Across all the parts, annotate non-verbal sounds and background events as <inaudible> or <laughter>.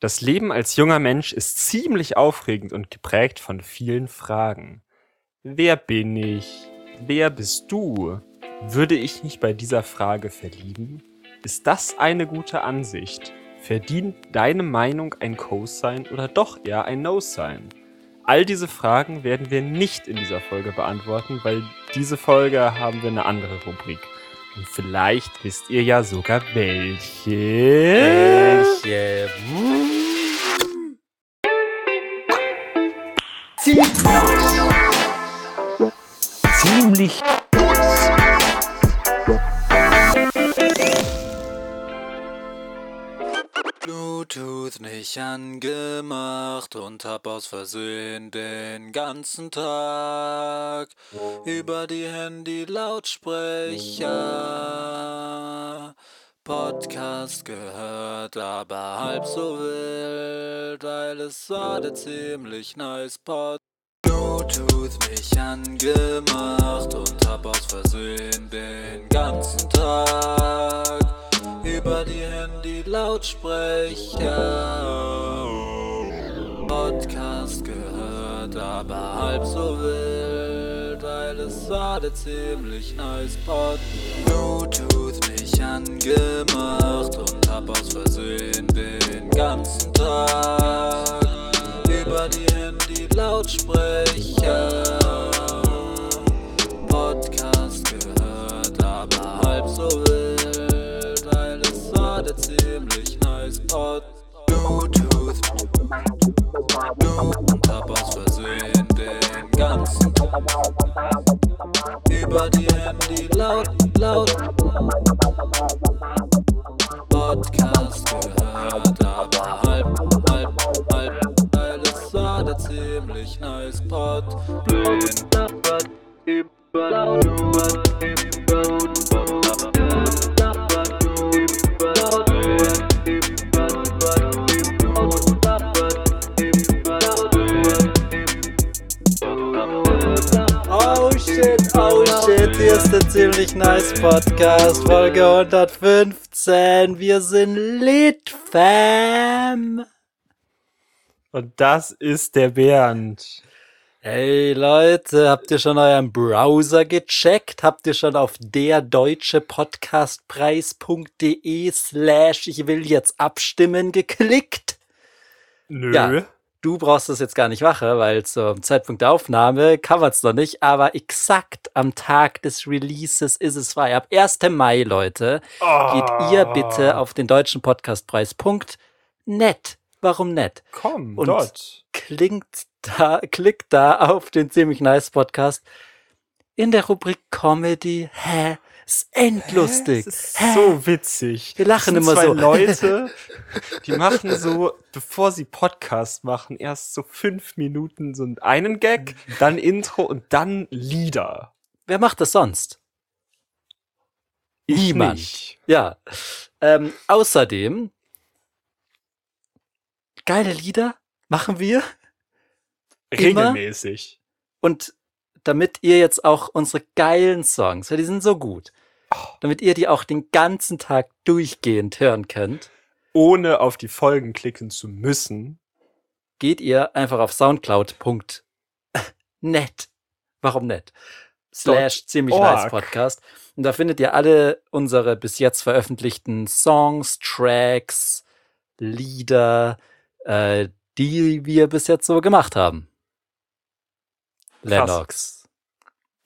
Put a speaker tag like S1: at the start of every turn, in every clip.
S1: Das Leben als junger Mensch ist ziemlich aufregend und geprägt von vielen Fragen. Wer bin ich? Wer bist du? Würde ich mich bei dieser Frage verlieben? Ist das eine gute Ansicht? Verdient deine Meinung ein Co-Sign oder doch eher ein No-Sign? All diese Fragen werden wir nicht in dieser Folge beantworten, weil diese Folge haben wir eine andere Rubrik. Und vielleicht wisst ihr ja sogar welche.
S2: Welche?
S1: Ziemlich.
S2: Bluetooth nicht angemacht und hab aus Versehen den ganzen Tag über die Handy-Lautsprecher Podcast gehört, aber halb so wild, weil es war der ziemlich nice Podcast. Bluetooth nicht angemacht und hab aus Versehen den ganzen Tag über die Handy-Lautsprecher Podcast gehört, aber halb so wild, weil es war der ziemlich nice Pod. Bluetooth nicht angemacht und hab aus Versehen den ganzen Tag über die Handy-Lautsprecher Podcast gehört, aber halb so wild, weil es war der ziemlich nice Pod. Bluetooth und hab aus Versehen den ganzen Tag über die Handy laut, laut Podcast gehört, aber halb, halb, halb, weil es war der ziemlich nice Pod. Bluetooth über laut, über, über, Oh shit, oh shit, hier ist der ziemlich nice Podcast, Folge 115. Wir sind lit, fam.
S1: Und das ist der Bernd.
S2: Hey Leute, habt ihr schon euren Browser gecheckt? Habt ihr schon auf derdeutschepodcastpreis.de slash ich will jetzt abstimmen geklickt?
S1: Nö.
S2: Ja. Du brauchst das jetzt gar nicht wache, weil zum Zeitpunkt der Aufnahme covert's noch nicht, aber exakt am Tag des Releases ist es frei. Ab 1. Mai, Leute,
S1: Ah.
S2: geht ihr bitte auf den deutschen Podcastpreis.net. Warum net?
S1: Komm,
S2: und-
S1: dort.
S2: klingt da, klickt da auf den ziemlich nice Podcast. In der Rubrik Comedy, hä? Ist endlustig.
S1: Das ist so witzig.
S2: Wir lachen
S1: Das sind
S2: immer
S1: zwei
S2: so.
S1: Leute, die machen so, bevor sie Podcast machen, erst so fünf Minuten so einen Gag, dann Intro und dann Lieder.
S2: <laughs> Wer macht das sonst?
S1: Ich
S2: Niemand.
S1: nicht.
S2: Ja. Ähm, außerdem, geile Lieder machen wir. Immer?
S1: Regelmäßig.
S2: Und damit ihr jetzt auch unsere geilen Songs, weil die sind so gut,
S1: Oh.
S2: damit ihr die auch den ganzen Tag durchgehend hören könnt,
S1: Ohne auf die Folgen klicken zu müssen.
S2: geht ihr einfach auf soundcloud.net. Warum net? Slash ziemlich nice
S1: org.
S2: Podcast. Und da findet ihr alle unsere bis jetzt veröffentlichten Songs, Tracks, Lieder, äh, die wir bis jetzt so gemacht haben.
S1: Krass.
S2: Lennox.
S1: <laughs>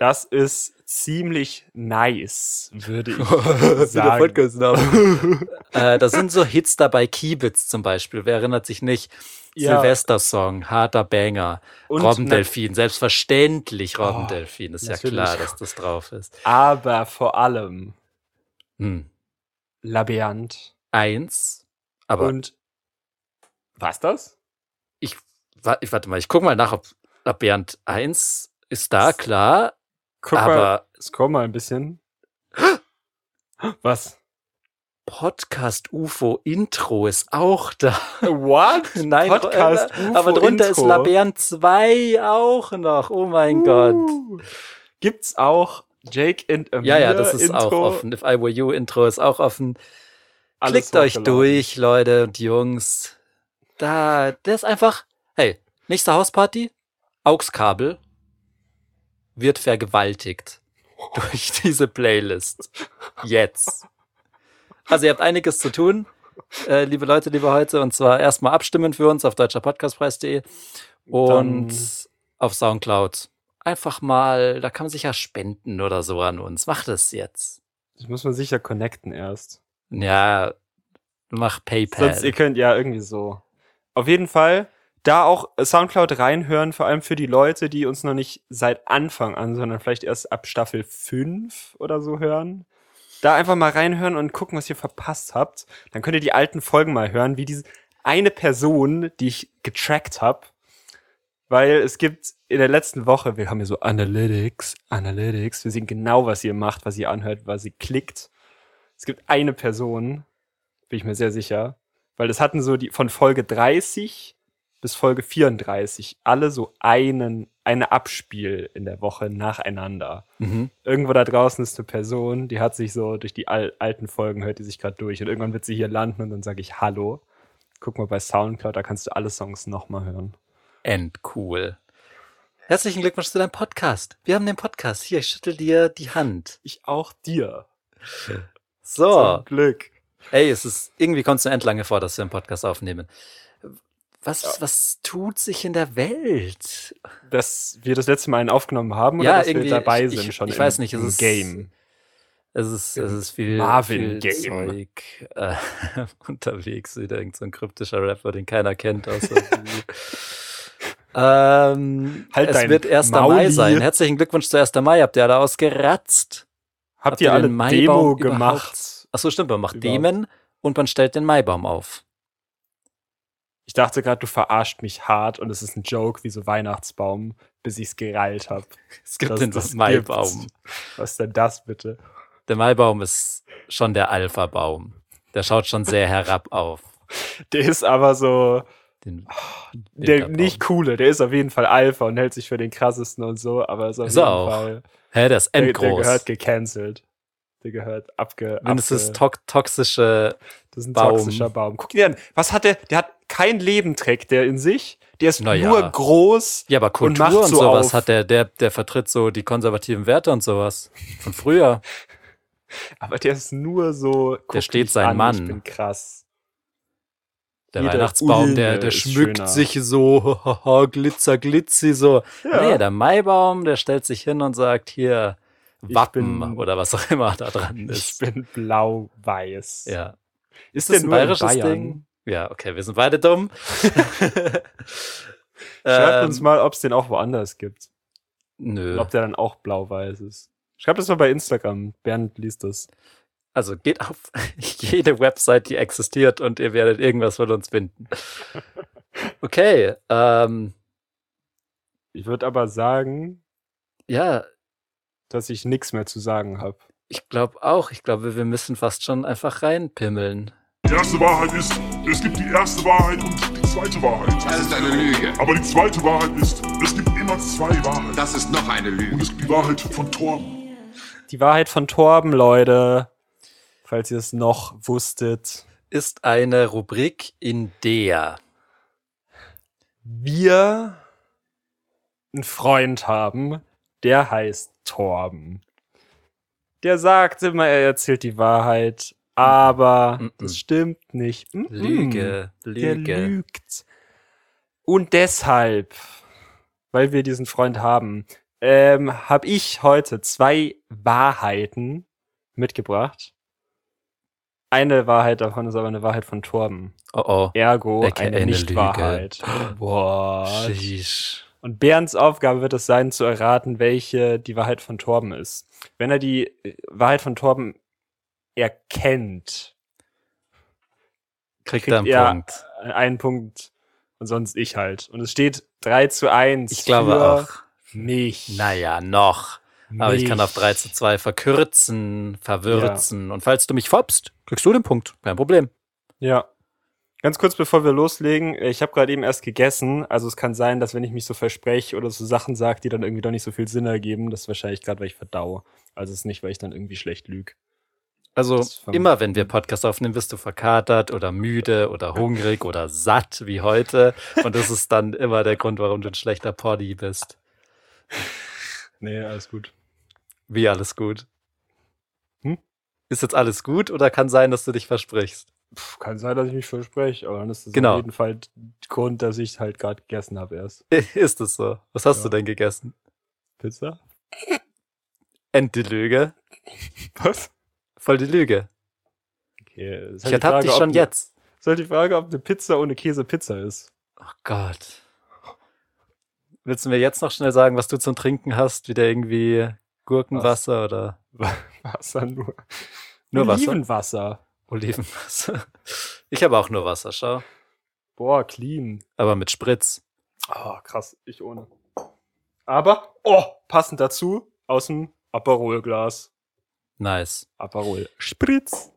S1: Das ist ziemlich nice, würde
S2: <laughs> Wie der
S1: ich sagen.
S2: Podcastname. <laughs> äh, da sind so Hits dabei, Kiebitz zum Beispiel, wer erinnert sich nicht?
S1: Ja.
S2: Silvester-Song, harter Banger,
S1: Und
S2: Robbendelfin, selbstverständlich Robbendelfin, ist ja
S1: natürlich.
S2: klar, dass das drauf ist.
S1: Aber vor allem
S2: Hm.
S1: Labyrinth
S2: Eins, aber
S1: und was das?
S2: wa ich, warte mal, ich guck mal nach, ob, ob Bernd eins ist da, klar,
S1: Guck mal,
S2: aber
S1: scroll mal ein bisschen. Was?
S2: Podcast-UFO-Intro ist auch da.
S1: What?
S2: <laughs> Nein,
S1: Podcast
S2: äh,
S1: UFO
S2: aber drunter
S1: Intro.
S2: ist Labyrinth 2 auch noch, oh mein Gott.
S1: Uh. Gibt's auch Jake and Amir
S2: Ja, ja, das ist
S1: Intro?
S2: auch offen. If I Were You Intro ist auch offen.
S1: Alles
S2: Klickt euch
S1: hochgeladen.
S2: durch, Leute und Jungs. Da, der ist einfach, hey, nächste Hausparty, AUX-Kabel wird vergewaltigt <laughs> durch diese Playlist. Jetzt. Also ihr habt einiges zu tun, äh, liebe Leute, liebe heute, und zwar erstmal abstimmen für uns auf deutscherpodcastpreis.de und
S1: Dann-
S2: auf Soundcloud. Einfach mal, da kann man sich ja spenden oder so an uns. Macht es jetzt.
S1: Das muss man sicher connecten erst.
S2: Ja, mach PayPal.
S1: Sonst, ihr könnt ja irgendwie so. Auf jeden Fall, da auch Soundcloud reinhören, vor allem für die Leute, die uns noch nicht seit Anfang an, sondern vielleicht erst ab Staffel 5 oder so hören. Da einfach mal reinhören und gucken, was ihr verpasst habt. Dann könnt ihr die alten Folgen mal hören, wie diese eine Person, die ich getrackt habe. Weil es gibt in der letzten Woche, wir haben ja so Analytics, Analytics, wir sehen genau, was ihr macht, was ihr anhört, was ihr klickt. Es gibt eine Person, bin ich mir sehr sicher, weil das hatten so die von Folge 30 bis Folge 34 alle so einen eine Abspiel in der Woche nacheinander.
S2: mhm.
S1: Irgendwo da draußen ist eine Person, die hat sich so durch die al alten Folgen hört die sich gerade durch und irgendwann wird sie hier landen und dann sage ich hallo. Guck mal bei SoundCloud, da kannst du alle Songs nochmal hören.
S2: Endcool. Herzlichen Glückwunsch zu deinem Podcast. Wir haben den Podcast. Hier, ich schüttel dir die Hand.
S1: Ich auch dir.
S2: So. Oh.
S1: Zum Glück.
S2: Ey, es ist, irgendwie kommt es mir endlange vor, dass wir einen Podcast aufnehmen. Was, was tut sich in der Welt?
S1: Dass wir das letzte Mal einen aufgenommen haben oder
S2: Ja,
S1: dass wir
S2: irgendwie,
S1: dabei
S2: ich-
S1: sind
S2: ich-
S1: schon
S2: ich
S1: im,
S2: weiß nicht, es
S1: im
S2: ist-
S1: Game.
S2: Es ist, es ist viel,
S1: Marvin
S2: viel
S1: Game.
S2: Zeug äh, <laughs> unterwegs, wieder irgend so ein kryptischer Rapper, den keiner
S1: <laughs>
S2: kennt, außer du. ähm,
S1: Halt
S2: es
S1: dein
S2: wird 1. Mai
S1: Mauli.
S2: sein. Herzlichen Glückwunsch zu 1. Mai. Habt ihr alle ausgeratzt?
S1: Habt,
S2: Habt
S1: ihr
S2: ihr
S1: alle
S2: den Maibaum
S1: Demo
S2: überhaupt?
S1: gemacht?
S2: Ach so, stimmt, man macht
S1: Überhaupt.
S2: Demen und man stellt den Maibaum auf.
S1: Ich dachte gerade, du verarscht mich hart und es ist ein Joke wie so Weihnachtsbaum, bis ich's gereilt
S2: <laughs>
S1: habe.
S2: Es gibt
S1: Dass
S2: den
S1: das
S2: Maibaum.
S1: Was denn das bitte?
S2: Der Maibaum ist schon der Alpha-Baum. Der schaut schon sehr herab auf.
S1: Der ist aber so
S2: Den
S1: der
S2: Winterbaum.
S1: nicht coole, der ist auf jeden Fall Alpha und hält sich für den krassesten und so, aber ist auf
S2: Ist er
S1: jeden
S2: auch.
S1: Fall
S2: Hä, der ist
S1: der, der
S2: endgroß.
S1: gehört gecancelt. Der gehört abge
S2: Mindestens
S1: abge-
S2: to toxische.
S1: Das ist ein
S2: Baum.
S1: toxischer Baum. Guck dir an, was hat der? Der hat kein Leben trägt der in sich. Der ist
S2: Na ja.
S1: nur groß.
S2: Ja, aber
S1: Und
S2: Kultur und,
S1: macht so
S2: sowas
S1: auf.
S2: hat der, der, der vertritt so die konservativen Werte und sowas. Von früher.
S1: Aber der ist nur so. guck
S2: steht
S1: mich
S2: sein
S1: an,
S2: Mann.
S1: Ich bin krass.
S2: Der
S1: Jeder
S2: Weihnachtsbaum, der,
S1: Ulme
S2: der
S1: ist
S2: schmückt
S1: schöner.
S2: sich so, hahaha, glitzer, glitzi, so. Nee, der Maibaum, der stellt sich hin und sagt hier
S1: Ich
S2: Wappen
S1: bin-
S2: oder was auch immer da dran
S1: ich
S2: ist.
S1: bin blau-weiß.
S2: Ja.
S1: Ist der
S2: das ein
S1: nur in
S2: bayerisches
S1: Bayern?
S2: Ding? Ja, okay, wir sind beide dumm.
S1: <laughs> Schreibt
S2: Ähm,
S1: uns mal, ob es den auch woanders gibt. Und
S2: Nö.
S1: ob der dann auch blau-weiß ist. Schreibt das mal bei Instagram. Bernd liest das.
S2: Also geht auf <laughs> jede Website, die existiert und ihr werdet irgendwas von uns finden. Okay, ähm,
S1: Ich würde aber sagen,
S2: ja,
S1: dass ich nichts mehr zu sagen habe.
S2: ich glaube auch. Ich glaube, wir müssen fast schon einfach reinpimmeln.
S3: Die erste Wahrheit ist, es gibt die erste Wahrheit und die zweite Wahrheit.
S4: Das ist eine Lüge.
S3: Aber die zweite Wahrheit ist, es gibt immer zwei Wahrheiten.
S4: Das ist noch eine
S3: Und
S4: Lüge.
S3: es gibt die Wahrheit von Torben.
S1: Die Wahrheit von Torben, Leute. Falls ihr es noch wusstet.
S2: Ist eine Rubrik, in der
S1: Wir einen Freund haben, der heißt Torben. Der sagt immer, er erzählt die Wahrheit, aber
S2: Mhm.
S1: das stimmt nicht. Mhm.
S2: Lüge,
S1: Der
S2: Lüge.
S1: lügt. Und deshalb, weil wir diesen Freund haben, ähm, habe ich heute zwei Wahrheiten mitgebracht. Eine Wahrheit davon ist aber eine Wahrheit von Torben.
S2: Oh oh.
S1: Ergo
S2: Aka
S1: eine
S2: eine
S1: Nichtwahrheit.
S2: <gasps>
S1: Boah.
S2: Sheesh.
S1: Und Bernds Aufgabe wird es sein, zu erraten, welche die Wahrheit von Torben ist. Wenn er die äh, Wahrheit von Torben erkennt,
S2: Kriegt
S1: kriegt
S2: er einen
S1: er
S2: Punkt.
S1: einen Punkt und sonst ich halt. Und es steht 3 zu 1.
S2: Ich glaube
S1: für
S2: auch.
S1: Mich.
S2: Naja, noch. Aber ich kann
S1: Mich.
S2: auf 3 zu 2 verkürzen, verwürzen. Und falls du mich foppst, kriegst du den Punkt. Kein Problem.
S1: Ja. Ganz kurz, bevor wir loslegen, äh, ich habe gerade eben erst gegessen. Also es kann sein, dass wenn ich mich so verspreche oder so Sachen sage, die dann irgendwie doch nicht so viel Sinn ergeben, das ist wahrscheinlich gerade, weil ich verdau. Also es ist nicht, weil ich dann irgendwie schlecht lüge.
S2: Also
S1: Das verm-
S2: immer, wenn wir Podcast aufnehmen, bist du verkatert oder müde oder hungrig oder satt wie heute. Und das ist dann immer der Grund, warum du ein schlechter Poddy bist.
S1: Nee, alles gut.
S2: Wie alles gut.
S1: Hm?
S2: Ist jetzt alles gut oder kann sein, dass du dich versprichst? <laughs>
S1: Pff, kann sein, dass ich mich verspreche, aber dann ist das
S2: Genau.
S1: auf jeden Fall Grund, dass ich halt gerade gegessen habe erst.
S2: Ist es so? Was hast
S1: Ja.
S2: du denn gegessen?
S1: Pizza?
S2: End die Lüge.
S1: Was?
S2: Voll die Lüge.
S1: Okay, es ist
S2: Ich
S1: halt die
S2: ertapp dich
S1: Frage, ob
S2: schon
S1: eine-
S2: jetzt.
S1: Es ist halt die Frage, ob eine Pizza ohne Käse Pizza ist. <laughs>
S2: Oh Gott. Willst du mir jetzt noch schnell sagen, was du zum Trinken hast? Wieder irgendwie Gurkenwasser oder
S1: Wasser nur.
S2: Nur Wasser?
S1: Olivenwasser.
S2: Olivenwasser? <laughs> Ich habe auch nur Wasser, schau.
S1: Boah, clean.
S2: Aber mit Spritz.
S1: Oh, krass, ich ohne. Aber, oh, passend dazu, aus dem Aperolglas.
S2: Nice.
S1: Aperol. Spritz.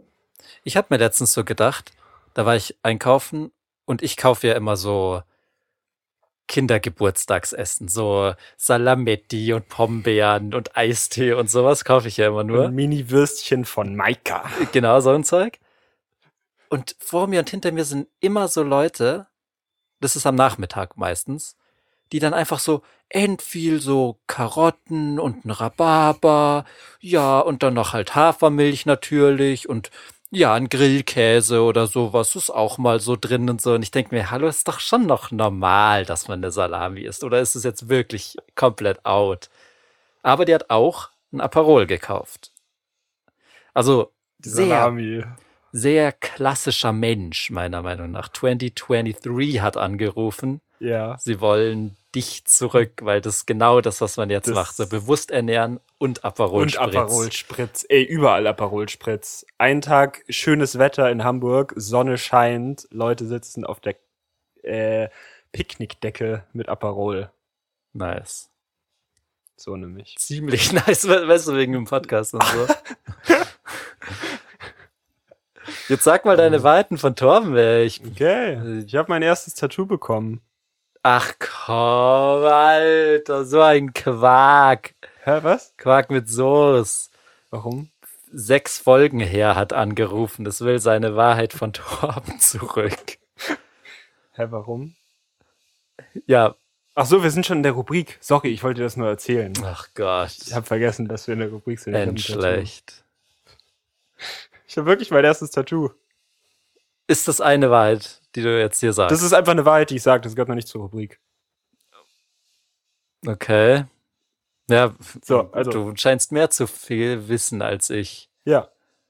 S2: Ich habe mir letztens so gedacht, da war ich einkaufen und ich kaufe ja immer so Kindergeburtstagsessen, so Salametti und Pombeeren und Eistee und sowas kaufe ich ja immer nur.
S1: Ein Mini-Würstchen von Maika.
S2: Genau, so ein Zeug. Und vor mir und hinter mir sind immer so Leute, das ist am Nachmittag meistens, die dann einfach so end viel so Karotten und ein Rhabarber, ja, und dann noch halt Hafermilch natürlich und ja, ein Grillkäse oder sowas ist auch mal so drin und so. Und ich denke mir, hallo, ist doch schon noch normal, dass man eine Salami isst. Oder ist es jetzt wirklich komplett out? Aber die hat auch ein Aperol gekauft. Also
S1: Die
S2: sehr
S1: Salami.
S2: sehr klassischer Mensch, meiner Meinung nach. 2023 hat angerufen.
S1: Ja.
S2: Sie wollen dich zurück, weil das ist genau das, was man jetzt
S1: Das-
S2: macht. So bewusst ernähren und Aperol
S1: Und
S2: Spritz.
S1: Aperol-Spritz. Ey, überall Aperol-Spritz. Ein Tag schönes Wetter in Hamburg, Sonne scheint, Leute sitzen auf der äh, Picknickdecke mit Aperol.
S2: Nice.
S1: So nämlich.
S2: Ziemlich <laughs> nice, we- weißt du, wegen dem Podcast und <laughs> so. Jetzt sag mal deine Weiten von Torben, ey. Ich,
S1: Okay. Ich habe mein erstes Tattoo bekommen.
S2: ach komm, Alter, so ein Quark.
S1: Hä, was?
S2: Quark mit Soße.
S1: Warum?
S2: sechs Folgen her hat angerufen. Das will seine Wahrheit von <laughs> Torben zurück.
S1: Hä, warum?
S2: Ja,
S1: Ach so, wir sind schon in der Rubrik. Sorry, ich wollte dir das nur erzählen.
S2: ach Gott.
S1: Ich habe vergessen, dass wir in der Rubrik sind. Ich hab ein Tattoo.
S2: Endschlecht.
S1: Ich habe wirklich mein erstes Tattoo.
S2: Ist das eine Wahrheit, die du jetzt hier sagst?
S1: Das ist einfach eine Wahrheit, die ich sage. Das gehört noch nicht zur Rubrik.
S2: okay. Ja,
S1: So, also-
S2: du scheinst mehr zu viel wissen als ich.
S1: Ja.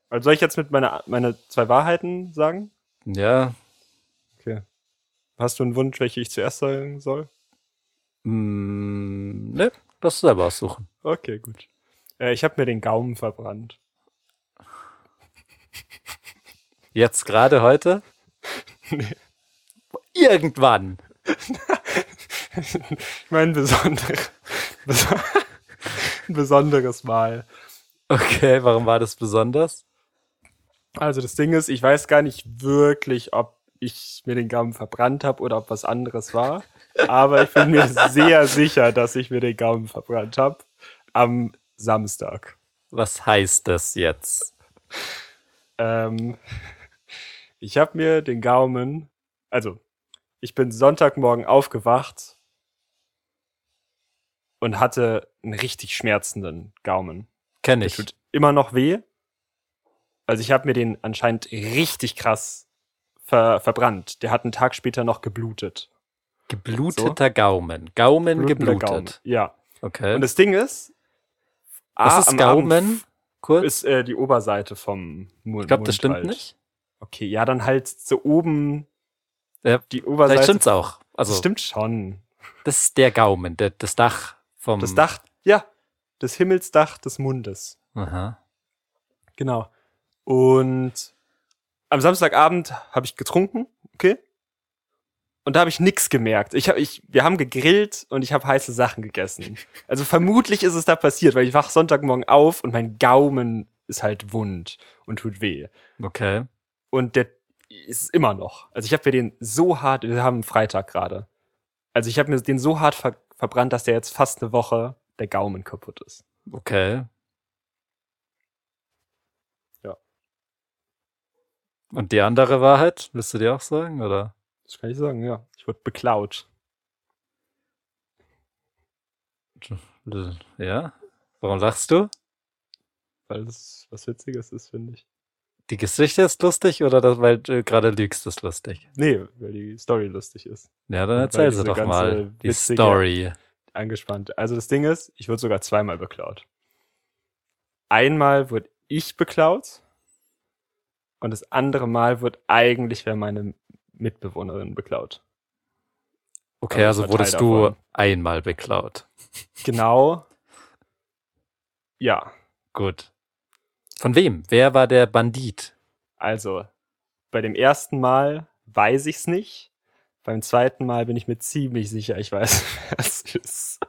S1: Also soll ich jetzt mit meiner meine zwei Wahrheiten sagen?
S2: Ja,
S1: Okay. Hast du einen Wunsch, welche ich zuerst sagen soll?
S2: mm, ne, lass selber aussuchen.
S1: Okay, gut. Äh, ich habe mir den Gaumen verbrannt.
S2: Jetzt gerade heute?
S1: <laughs> Nee.
S2: Irgendwann.
S1: ich meine, besonder, beso- <laughs> ein besonderes Mal.
S2: Okay, warum war das besonders?
S1: Also das Ding ist, ich weiß gar nicht wirklich, ob ich mir den Gaumen verbrannt habe oder ob was anderes war. Aber ich bin mir sehr sicher, dass ich mir den Gaumen verbrannt habe am Samstag.
S2: Was heißt das jetzt?
S1: Ähm, ich habe mir den Gaumen, also ich bin Sonntagmorgen aufgewacht und hatte einen richtig schmerzenden Gaumen.
S2: Kenn
S1: Der
S2: ich.
S1: tut immer noch weh. Also ich habe mir den anscheinend richtig krass ver verbrannt. Der hat einen Tag später noch geblutet.
S2: Gebluteter Gaumen. Gaumen
S1: Blutender
S2: geblutet.
S1: Gaumen. Ja.
S2: Okay.
S1: Und das Ding ist,
S2: Was
S1: A,
S2: ist
S1: am
S2: Gaumen?
S1: Abend
S2: Kurz.
S1: ist äh, die Oberseite vom Mund.
S2: ich glaube, das stimmt
S1: halt.
S2: nicht.
S1: Okay, ja, dann halt so oben
S2: Ja,
S1: die
S2: Vielleicht
S1: Oberseite.
S2: stimmt's auch. Also,
S1: das stimmt schon.
S2: das ist der Gaumen, der, das Dach vom.
S1: Das Dach, ja, das Himmelsdach des Mundes.
S2: Aha.
S1: Genau. Und am Samstagabend habe ich getrunken, okay? Und da habe ich nix gemerkt. Ich hab, ich, wir haben gegrillt und ich habe heiße Sachen gegessen. Also vermutlich ist es da passiert, weil ich wach Sonntagmorgen auf und mein Gaumen ist halt wund und tut weh.
S2: Okay.
S1: Und der ist immer noch. Also ich habe mir den so hart, wir haben Freitag gerade. Also ich habe mir den so hart ver verbrannt, dass der jetzt fast eine Woche der Gaumen kaputt ist.
S2: Okay.
S1: Ja.
S2: Und die andere Wahrheit, willst du dir auch sagen, oder?
S1: Das kann ich sagen, ja. Ich wurde beklaut.
S2: Ja? Warum lachst du?
S1: Weil das was Witziges ist, finde ich.
S2: Die Geschichte ist lustig oder das, weil du gerade lügst, ist lustig?
S1: Nee, weil die Story lustig ist.
S2: Ja, dann
S1: Weil
S2: erzähl sie
S1: diese
S2: doch
S1: ganze
S2: mal. Die
S1: witzige-
S2: Story.
S1: Angespannt. Also das Ding ist, ich wurde sogar zweimal beklaut. Einmal wurde ich beklaut und das andere Mal wurde eigentlich wer meine Mitbewohnerin beklaut.
S2: Okay,
S1: Aber
S2: also
S1: das war Teil
S2: wurdest du
S1: davon.
S2: einmal beklaut.
S1: Genau. Ja,
S2: Gut. Von wem? Wer war der Bandit?
S1: also bei dem ersten Mal weiß ich's nicht. Beim zweiten Mal bin ich mir ziemlich sicher, ich weiß, <laughs> wer es ist.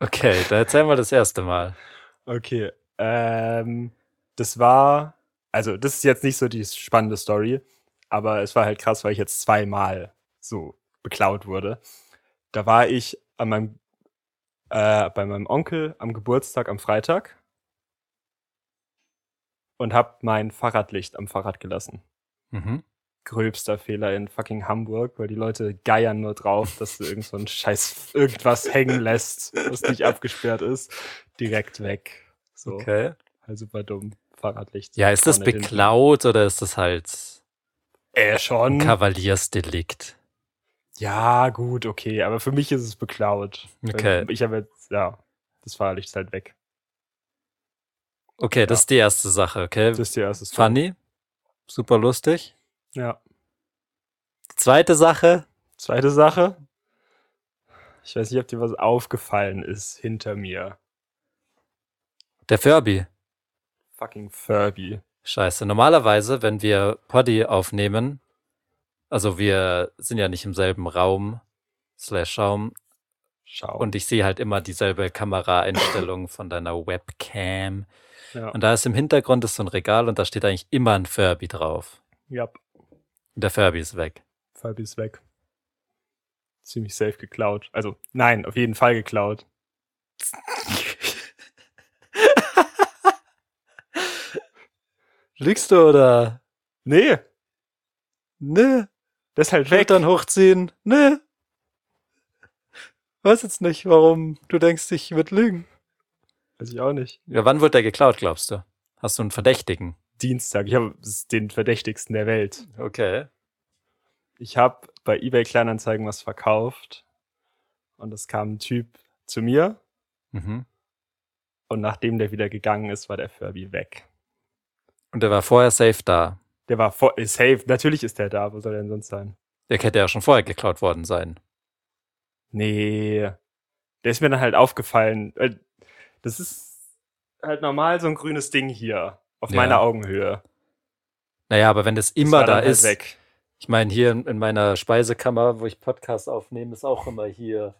S2: Okay, dann erzähl mal das
S1: <laughs>
S2: erste Mal.
S1: Okay. Ähm, das war, also das ist jetzt nicht so die spannende Story, aber es war halt krass, weil ich jetzt zweimal so beklaut wurde. Da war ich an meinem, äh, bei meinem Onkel am Geburtstag am Freitag und hab mein Fahrradlicht am Fahrrad gelassen.
S2: Mhm.
S1: Gröbster Fehler in fucking Hamburg, weil die Leute geiern nur drauf, dass du irgend so ein Scheiß irgendwas hängen lässt, was nicht abgesperrt ist, direkt weg. So.
S2: Okay.
S1: Halt super dumm. Fahrradlicht.
S2: Ja, ist das
S1: Vorne, hinten.
S2: beklaut oder ist das halt
S1: Äh,
S2: ein
S1: schon.
S2: Kavaliersdelikt?
S1: Ja, gut, okay. Aber für mich ist es beklaut. Weil
S2: Okay.
S1: Ich habe jetzt, ja, das Fahrradlicht ist halt weg.
S2: Okay, das ist die erste Sache, okay?
S1: Das ist die erste Story.
S2: Funny. Super lustig.
S1: Ja.
S2: Die zweite Sache.
S1: Zweite Sache. Ich weiß nicht, ob dir was aufgefallen ist hinter mir.
S2: Der Furby.
S1: Fucking Furby.
S2: Scheiße. Normalerweise, wenn wir Poddy aufnehmen, also wir sind ja nicht im selben Raum, slash Raum,
S1: Schau.
S2: und ich sehe halt immer dieselbe <clears throat> Kameraeinstellung von deiner Webcam.
S1: ja.
S2: Und da ist im Hintergrund ist so ein Regal und da steht eigentlich immer ein Furby drauf.
S1: ja,
S2: Und der Furby ist <laughs> weg.
S1: Furby ist weg. Ziemlich safe geklaut. Also, nein, auf jeden Fall geklaut.
S2: Lügst du oder?
S1: Nee,
S2: Ne?
S1: der ist halt weg.
S2: hochziehen? Ne? Weiß jetzt nicht, warum du denkst, ich würde lügen.
S1: Weiß ich auch nicht.
S2: Ja, wann wurde der geklaut, glaubst du? Hast du einen Verdächtigen?
S1: Dienstag. Ich habe den verdächtigsten der Welt.
S2: Okay.
S1: Ich habe bei eBay Kleinanzeigen was verkauft und es kam ein Typ zu mir
S2: Mhm.
S1: und nachdem der wieder gegangen ist, war der Furby weg.
S2: Und der war vorher safe da.
S1: Der war voll äh, safe. Natürlich ist der da. Wo soll er denn sonst sein?
S2: Der hätte ja schon vorher geklaut worden sein.
S1: Nee. Der ist mir dann halt aufgefallen. Äh, Das ist halt normal so ein grünes Ding hier. Auf
S2: Ja.
S1: meiner Augenhöhe.
S2: Naja, aber wenn das
S1: Das
S2: immer
S1: war
S2: da
S1: dann halt
S2: ist.
S1: Weg.
S2: Ich meine, hier in, in meiner Speisekammer, wo ich Podcast aufnehme, ist auch immer hier,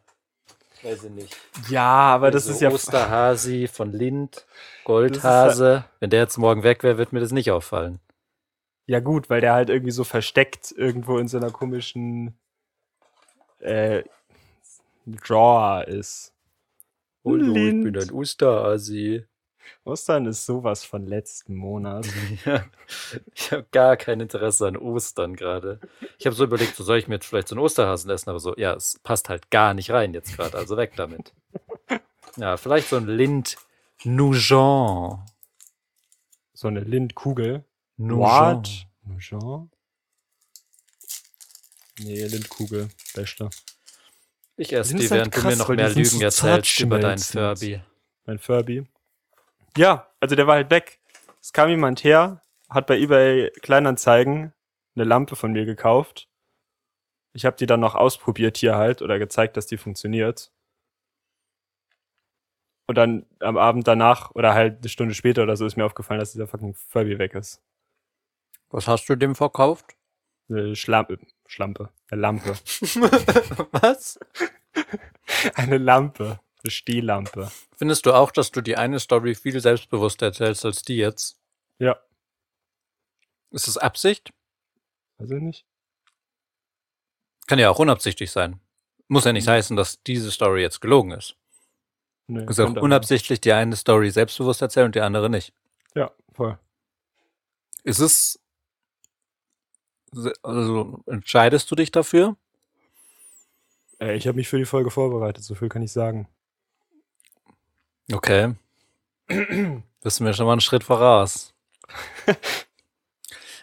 S2: weiß ich nicht.
S1: Ja, aber das
S2: so
S1: ist ja.
S2: Osterhasi von
S1: <laughs>
S2: Lind, Goldhase. Wenn der jetzt morgen weg wäre, wird mir das nicht auffallen.
S1: Ja, gut, weil der halt irgendwie so versteckt irgendwo in so einer komischen äh, Drawer ist.
S2: Hallo,
S1: Lind.
S2: ich bin ein Osterhasi. <laughs>
S1: Ostern ist sowas von letzten Monat.
S2: Ja, ich habe gar kein Interesse an Ostern gerade. Ich habe so überlegt, so soll ich mir jetzt vielleicht so einen Osterhasen essen, aber so, ja, es passt halt gar nicht rein jetzt gerade, also weg
S1: <laughs>
S2: damit. Ja, vielleicht so ein Lind Nugent.
S1: So eine Lindkugel.
S2: Nugent.
S1: Nugent? Nee, Lindkugel. Beste.
S2: Ich esse
S1: Die
S2: die,
S1: sind halt
S2: während du
S1: krass,
S2: mir noch
S1: weil die
S2: mehr
S1: sind so
S2: Lügen erzählst
S1: zart
S2: über deinen
S1: schmelzend.
S2: Furby.
S1: Mein Furby. Ja, also der war halt weg. Es kam jemand her, hat bei eBay Kleinanzeigen eine Lampe von mir gekauft. Ich habe die dann noch ausprobiert hier halt oder gezeigt, dass die funktioniert. Und dann am Abend danach oder halt eine Stunde später oder so ist mir aufgefallen, dass dieser fucking Furby weg ist.
S2: Was hast du dem <laughs> verkauft?
S1: Eine Schlampe. Schlampe. Eine Lampe. <laughs>
S2: Was?
S1: Eine Lampe. Eine Stehlampe.
S2: Findest du auch, dass du die eine Story viel selbstbewusster erzählst als die jetzt?
S1: Ja.
S2: Ist es Absicht?
S1: Weiß ich nicht.
S2: Kann ja auch unabsichtlich sein. Muss ja nicht
S1: Mhm.
S2: heißen, dass diese Story jetzt gelogen ist.
S1: Nee,
S2: Ist auch
S1: könnte aber.
S2: unabsichtlich die eine Story selbstbewusst erzählen und die andere nicht.
S1: Ja, voll.
S2: Ist es also entscheidest du dich dafür?
S1: Äh, ich habe mich für die Folge vorbereitet, so viel kann ich sagen.
S2: Okay. Bist du mir schon mal einen Schritt
S1: <laughs>
S2: voraus.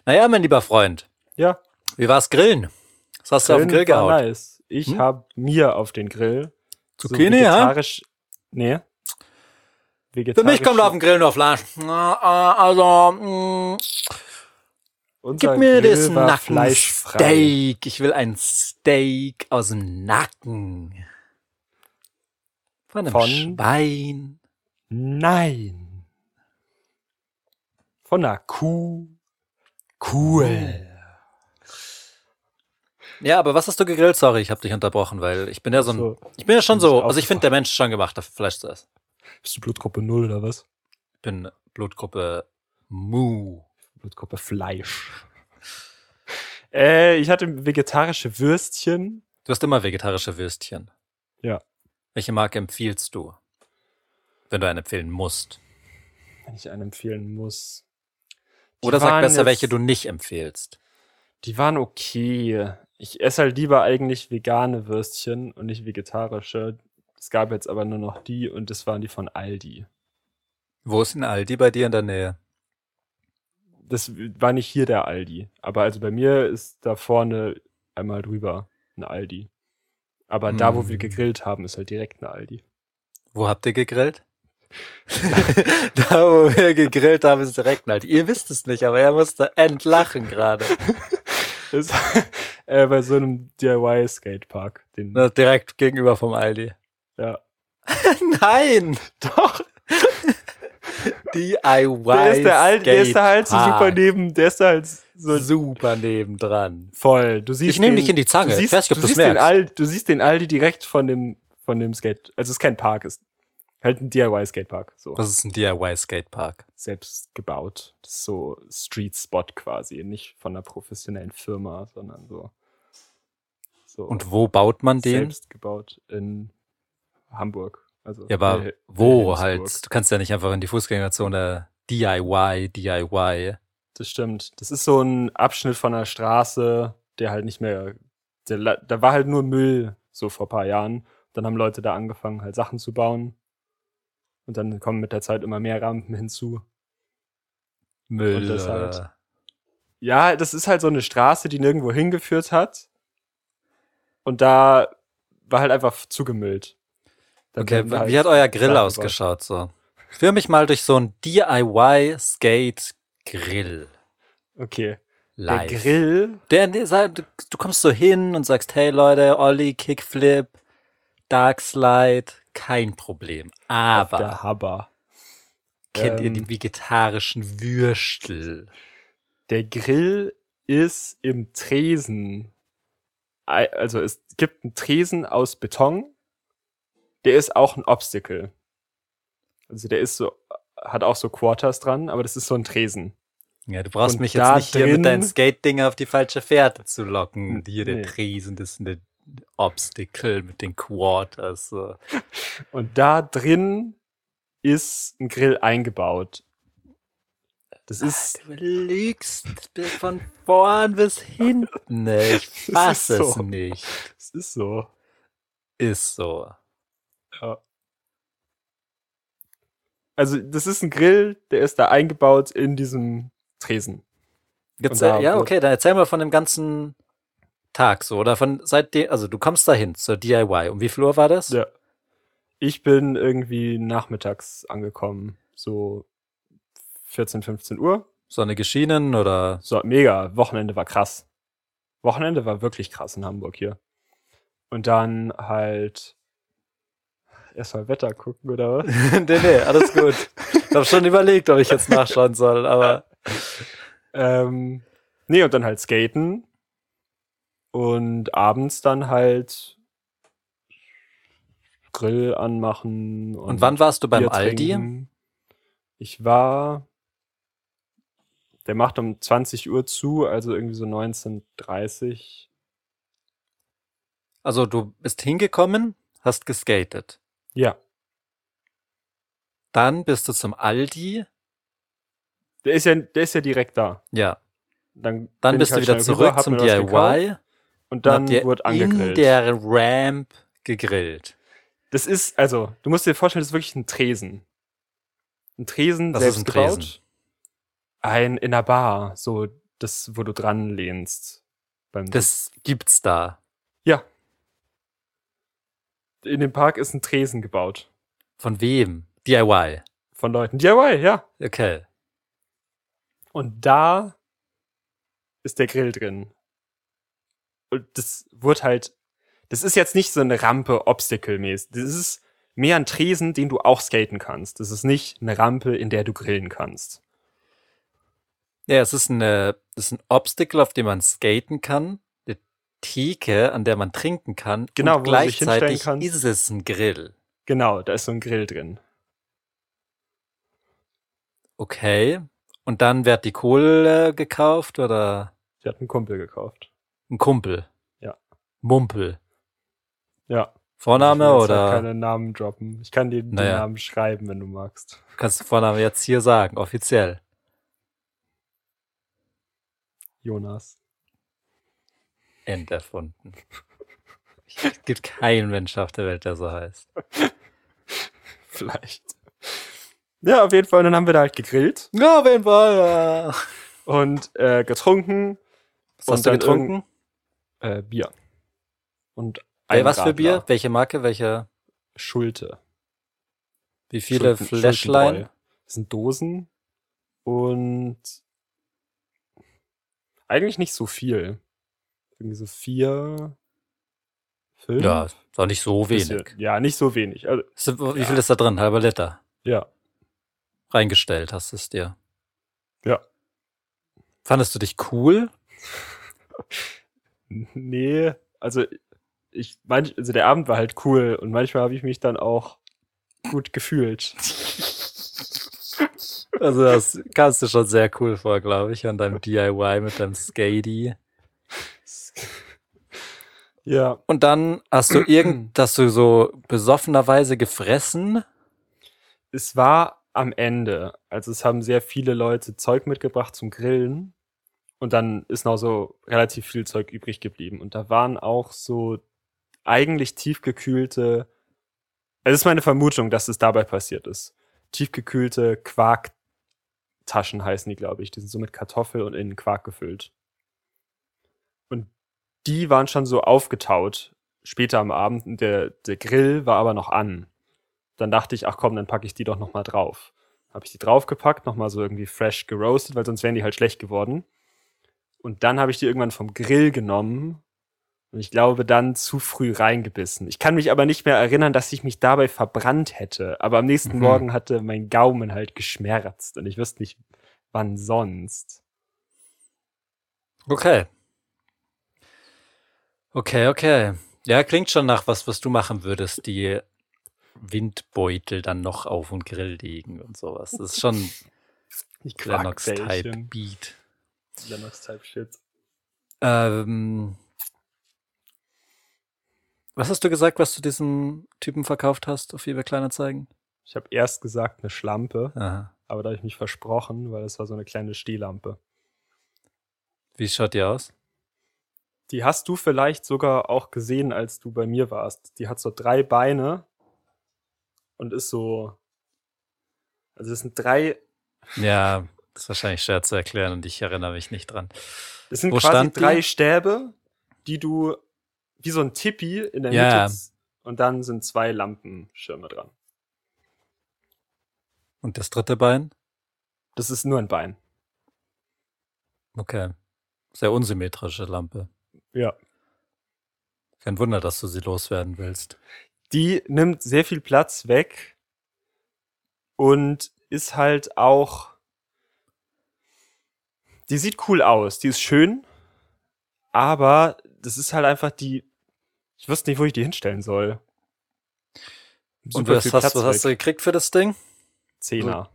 S2: naja, mein lieber Freund,
S1: Ja,
S2: wie war's Grillen? Was hast du auf den Grill
S1: war
S2: gehauen?
S1: Nice. Ich
S2: Hm?
S1: habe mir auf den Grill
S2: Zucchini, ja?
S1: vegetarisch, Nee.
S2: Für
S1: Vegetarisch
S2: mich kommt auf den Grill nur Fleisch. Na, äh, Also, mh,
S1: Unser
S2: gib mir
S1: Grill
S2: das
S1: war fleischfrei.
S2: Nackensteak. Ich will ein Steak aus dem Nacken. Von einem
S1: Von?
S2: Schwein.
S1: Nein. Von einer Kuh. Cool.
S2: Ja, aber was hast du gegrillt? Sorry, ich habe dich unterbrochen, weil ich bin ja so ein.
S1: So,
S2: Ich bin ja schon
S1: bin ich
S2: so.
S1: auch
S2: Also ich finde, der Mensch ist schon gemacht, dafür Fleisch zu essen.
S1: bist du Blutgruppe null oder was?
S2: Ich bin Blutgruppe Mu.
S1: Blutgruppe Fleisch. Äh, ich hatte vegetarische Würstchen.
S2: Du hast immer vegetarische Würstchen.
S1: Ja.
S2: Welche Marke empfiehlst du? Wenn du eine empfehlen musst.
S1: Wenn ich einen empfehlen muss. Die
S2: Oder sag
S1: waren
S2: besser,
S1: jetzt-
S2: welche du nicht empfehlst.
S1: Die waren okay. Ich esse halt lieber eigentlich vegane Würstchen und nicht vegetarische. Es gab jetzt aber nur noch die und das waren die von Aldi.
S2: Wo ist denn Aldi bei dir in der Nähe?
S1: Das war nicht hier der Aldi. Aber also bei mir ist da vorne einmal drüber ein Aldi. Aber da, wo wir
S2: Mm.
S1: gegrillt haben, ist halt direkt ein Aldi.
S2: Wo habt ihr <laughs> gegrillt? da, wo wir gegrillt haben, ist direkt ein Aldi. Ihr wisst es nicht, aber er musste entlachen gerade.
S1: Das, <laughs> äh, bei so einem DIY-Skatepark. Den,
S2: Na, Direkt gegenüber vom Aldi.
S1: ja.
S2: <laughs> Nein! <laughs>
S1: Doch,
S2: DIY.
S1: der ist, der, Aldi, der ist da halt so super
S2: Skatepark.
S1: neben, der ist da halt so
S2: super nebendran.
S1: voll. Du siehst
S2: Ich nehme
S1: den-
S2: dich in die Zange.
S1: Du siehst,
S2: ich weiß nicht, ob
S1: du
S2: du's
S1: siehst den
S2: merkst.
S1: Aldi, du siehst den Aldi direkt von dem, von dem Skate. Also es ist kein Park, es ist halt ein DIY-Skatepark. So
S2: Was ist ein DIY-Skatepark?
S1: selbst gebaut. Das ist so Street Spot quasi. Nicht von einer professionellen Firma, sondern so. so
S2: Und wo baut man den?
S1: selbst gebaut in Hamburg. Also
S2: Ja, aber
S1: Wil-
S2: wo
S1: Wilhelmsburg.
S2: halt? Du kannst ja nicht einfach in die Fußgängerzone DIY, DIY.
S1: Das stimmt. Das ist so ein Abschnitt von der Straße, der halt nicht mehr. Der, la- da war halt nur Müll, so vor ein paar Jahren. Dann haben Leute da angefangen, halt Sachen zu bauen. Und dann kommen mit der Zeit immer mehr Rampen hinzu.
S2: Müll.
S1: das halt.
S2: oder-
S1: Ja, das ist halt so eine Straße, die nirgendwo hingeführt hat. Und da war halt einfach zugemüllt. Da
S2: Okay,
S1: wurden halt-
S2: wie hat euer Grill
S1: Sachen
S2: ausgeschaut so? Führ mich mal durch so ein DIY-Skate-Grill.
S1: Okay.
S2: Live.
S1: Der Grill
S2: Der, der sagt, du- du kommst so hin und sagst, hey Leute, Olli, Kickflip, Darkslide, kein Problem.
S1: auf der
S2: Aber
S1: Haber.
S2: kennt ihr
S1: ähm,
S2: die vegetarischen Würstel?
S1: Der Grill ist im Tresen. Ei- Also es gibt einen Tresen aus Beton. Der ist auch ein Obstacle. Also der ist so, hat auch so Quarters dran, aber das ist so ein Tresen.
S2: Ja, du brauchst
S1: Und
S2: mich jetzt
S1: da
S2: nicht hier
S1: drin-
S2: mit deinen Skate-Dinger auf die falsche Fährte zu locken.
S1: N-
S2: Hier, der
S1: nee.
S2: Tresen, das ist eine Obstacle mit den Quarters. So.
S1: Und da drin ist ein Grill eingebaut. Das ist,
S2: Du lügst von vorn bis hinten. ey. <laughs> Ich
S1: ist
S2: fass es
S1: so.
S2: nicht.
S1: das ist so.
S2: Ist so.
S1: Also das ist ein Grill, der ist da eingebaut in diesem Tresen.
S2: Gibt's,
S1: Und da
S2: äh, ja,
S1: wurde-
S2: okay, dann erzähl mal von dem ganzen Tag so, oder von seitdem, also du kommst dahin zur DIY. Um wie viel Uhr war das?
S1: Ja. Ich bin irgendwie nachmittags angekommen, so 14, 15 Uhr.
S2: Sonne geschienen oder?
S1: So, mega. Wochenende war krass. Wochenende war wirklich krass in Hamburg hier. Und dann halt erstmal Wetter gucken oder
S2: <laughs>
S1: <laughs> was?
S2: nee, nee, alles gut. ich habe schon überlegt, ob ich jetzt nachschauen soll, aber
S1: ähm, nee, und dann halt skaten. Und abends dann halt Grill anmachen.
S2: Und wann warst du beim
S1: Bier
S2: Aldi?
S1: trinken. Ich war. Der macht um 20 Uhr zu, also irgendwie so 19.30
S2: Also du bist hingekommen, hast geskatet.
S1: Ja.
S2: Dann bist du zum Aldi.
S1: Der ist ja, der ist ja direkt da.
S2: Ja.
S1: Dann,
S2: Dann
S1: bin
S2: bist
S1: ich
S2: du
S1: halt
S2: wieder
S1: schnell
S2: zurück
S1: rüber, hab
S2: zum
S1: mir das gekauft
S2: DIY.
S1: Und
S2: und
S1: dann
S2: habt ihr
S1: wurde
S2: in
S1: angegrillt.
S2: der Ramp gegrillt.
S1: Das ist, also, du musst dir vorstellen, das ist wirklich ein Tresen. Ein Tresen,
S2: Was
S1: selbst
S2: ist ein
S1: gebaut.
S2: Tresen?
S1: Ein in der Bar, so das, wo du dran lehnst. Beim
S2: Das gibt's da.
S1: in dem Park ist ein Tresen gebaut.
S2: Von wem? DIY.
S1: Von Leuten. DIY, ja.
S2: Okay.
S1: Und da ist der Grill drin. Und das wird halt, das ist jetzt nicht so eine Rampe Obstacle-mäßig. Das ist mehr ein Tresen, den du auch skaten kannst. Das ist nicht eine Rampe, in der du grillen kannst.
S2: Ja, es ist, eine, es ist ein Obstacle, auf dem man skaten kann. Eine Theke, an der man trinken kann.
S1: Genau,
S2: und
S1: wo man sich
S2: gleichzeitig
S1: hinstellen kann.
S2: ist es ein Grill.
S1: Genau, da ist so ein Grill drin.
S2: Okay. Und dann wird die Kohle äh, gekauft oder
S1: Die hat einen Kumpel gekauft.
S2: ein Kumpel?
S1: Ja.
S2: Mumpel.
S1: Ja.
S2: Vorname
S1: ich will jetzt
S2: oder
S1: Halt keine Namen droppen. Ich kann dir den
S2: Naja.
S1: Namen schreiben, wenn du magst.
S2: kannst du Vorname jetzt hier sagen, offiziell? <laughs>
S1: Jonas.
S2: End erfunden. Es gibt keinen Mensch auf der Welt, der so heißt.
S1: Vielleicht. Ja, auf jeden Fall. Und dann haben wir da halt gegrillt
S2: Ja, wen war
S1: und äh, getrunken.
S2: Was
S1: Und
S2: hast du
S1: dann
S2: getrunken?
S1: Äh, Bier. Und
S2: Ey, Äh, was für
S1: Radler.
S2: Bier? Welche Marke? Welche?
S1: Schulte.
S2: Wie viele
S1: Schulten-
S2: Fläschlein?
S1: Schultenbräu. Das sind Dosen. Und eigentlich nicht so viel. Irgendwie so vier, fünf.
S2: Ja, ist auch nicht so
S1: Hm? bisschen.
S2: wenig.
S1: Ja, nicht so wenig. Also,
S2: Ist- Wie viel ist da drin? Halber Liter.
S1: ja.
S2: Reingestellt hast du es dir.
S1: Ja.
S2: Fandest du dich cool?
S1: Nee, also ich manch, also der Abend war halt cool und manchmal habe ich mich dann auch gut
S2: <laughs>
S1: gefühlt.
S2: Also das kannst du schon sehr cool vor, glaube ich, an deinem DIY mit deinem Skady.
S1: Ja,
S2: Und dann hast du irgend, dass du so besoffenerweise gefressen.
S1: es war am Ende. Also es haben sehr viele Leute Zeug mitgebracht zum Grillen und dann ist noch so relativ viel Zeug übrig geblieben und da waren auch so eigentlich tiefgekühlte es ist meine Vermutung, dass es dabei passiert ist. Tiefgekühlte Quarktaschen heißen die, glaube ich. Die sind so mit Kartoffel und innen Quark gefüllt. Und die waren schon so aufgetaut später am Abend. Und Der, der Grill war aber noch an. Dann dachte ich, ach komm, dann packe ich die doch nochmal drauf. Habe ich die draufgepackt, nochmal so irgendwie fresh geroastet, weil sonst wären die halt schlecht geworden. Und dann habe ich die irgendwann vom Grill genommen und ich glaube dann zu früh reingebissen. Ich kann mich aber nicht mehr erinnern, dass ich mich dabei verbrannt hätte. Aber am nächsten
S2: Mhm.
S1: Morgen hatte mein Gaumen halt geschmerzt und ich wüsste nicht, wann sonst.
S2: Okay. Okay, okay. Ja, klingt schon nach was, was du machen würdest, die Windbeutel dann noch auf den Grill legen und sowas. Das ist schon
S1: Die Quarkbällchen.
S2: Lennox-Type-Beat.
S1: Lennox-Type-Shit.
S2: Ähm, was hast du gesagt, was du diesem Typen verkauft hast auf eBay Kleinanzeigen?
S1: Ich habe erst gesagt eine Schlampe,
S2: Aha.
S1: aber da habe ich mich versprochen, weil es war so eine kleine Stehlampe.
S2: Wie schaut die aus?
S1: Die hast du vielleicht sogar auch gesehen, als du bei mir warst. Die hat so drei Beine und ist so. Also es sind drei.
S2: Ja, ist wahrscheinlich schwer zu erklären und ich erinnere mich nicht dran.
S1: Es sind
S2: Wo
S1: quasi
S2: stand die?
S1: drei Stäbe, die du wie so ein Tippi in der
S2: Ja.
S1: Mitte z- und dann sind zwei Lampenschirme dran.
S2: Und das dritte Bein?
S1: Das ist nur ein Bein.
S2: Okay. Sehr unsymmetrische Lampe.
S1: Ja.
S2: Kein Wunder, dass du sie loswerden willst.
S1: die nimmt sehr viel Platz weg und ist halt auch. Die sieht cool aus, die ist schön, aber das ist halt einfach die. Ich wüsste nicht, wo ich die hinstellen soll.
S2: und
S1: Super
S2: was
S1: viel
S2: hast,
S1: Platz
S2: was hast du
S1: weg.
S2: gekriegt für das Ding?
S1: Zehner.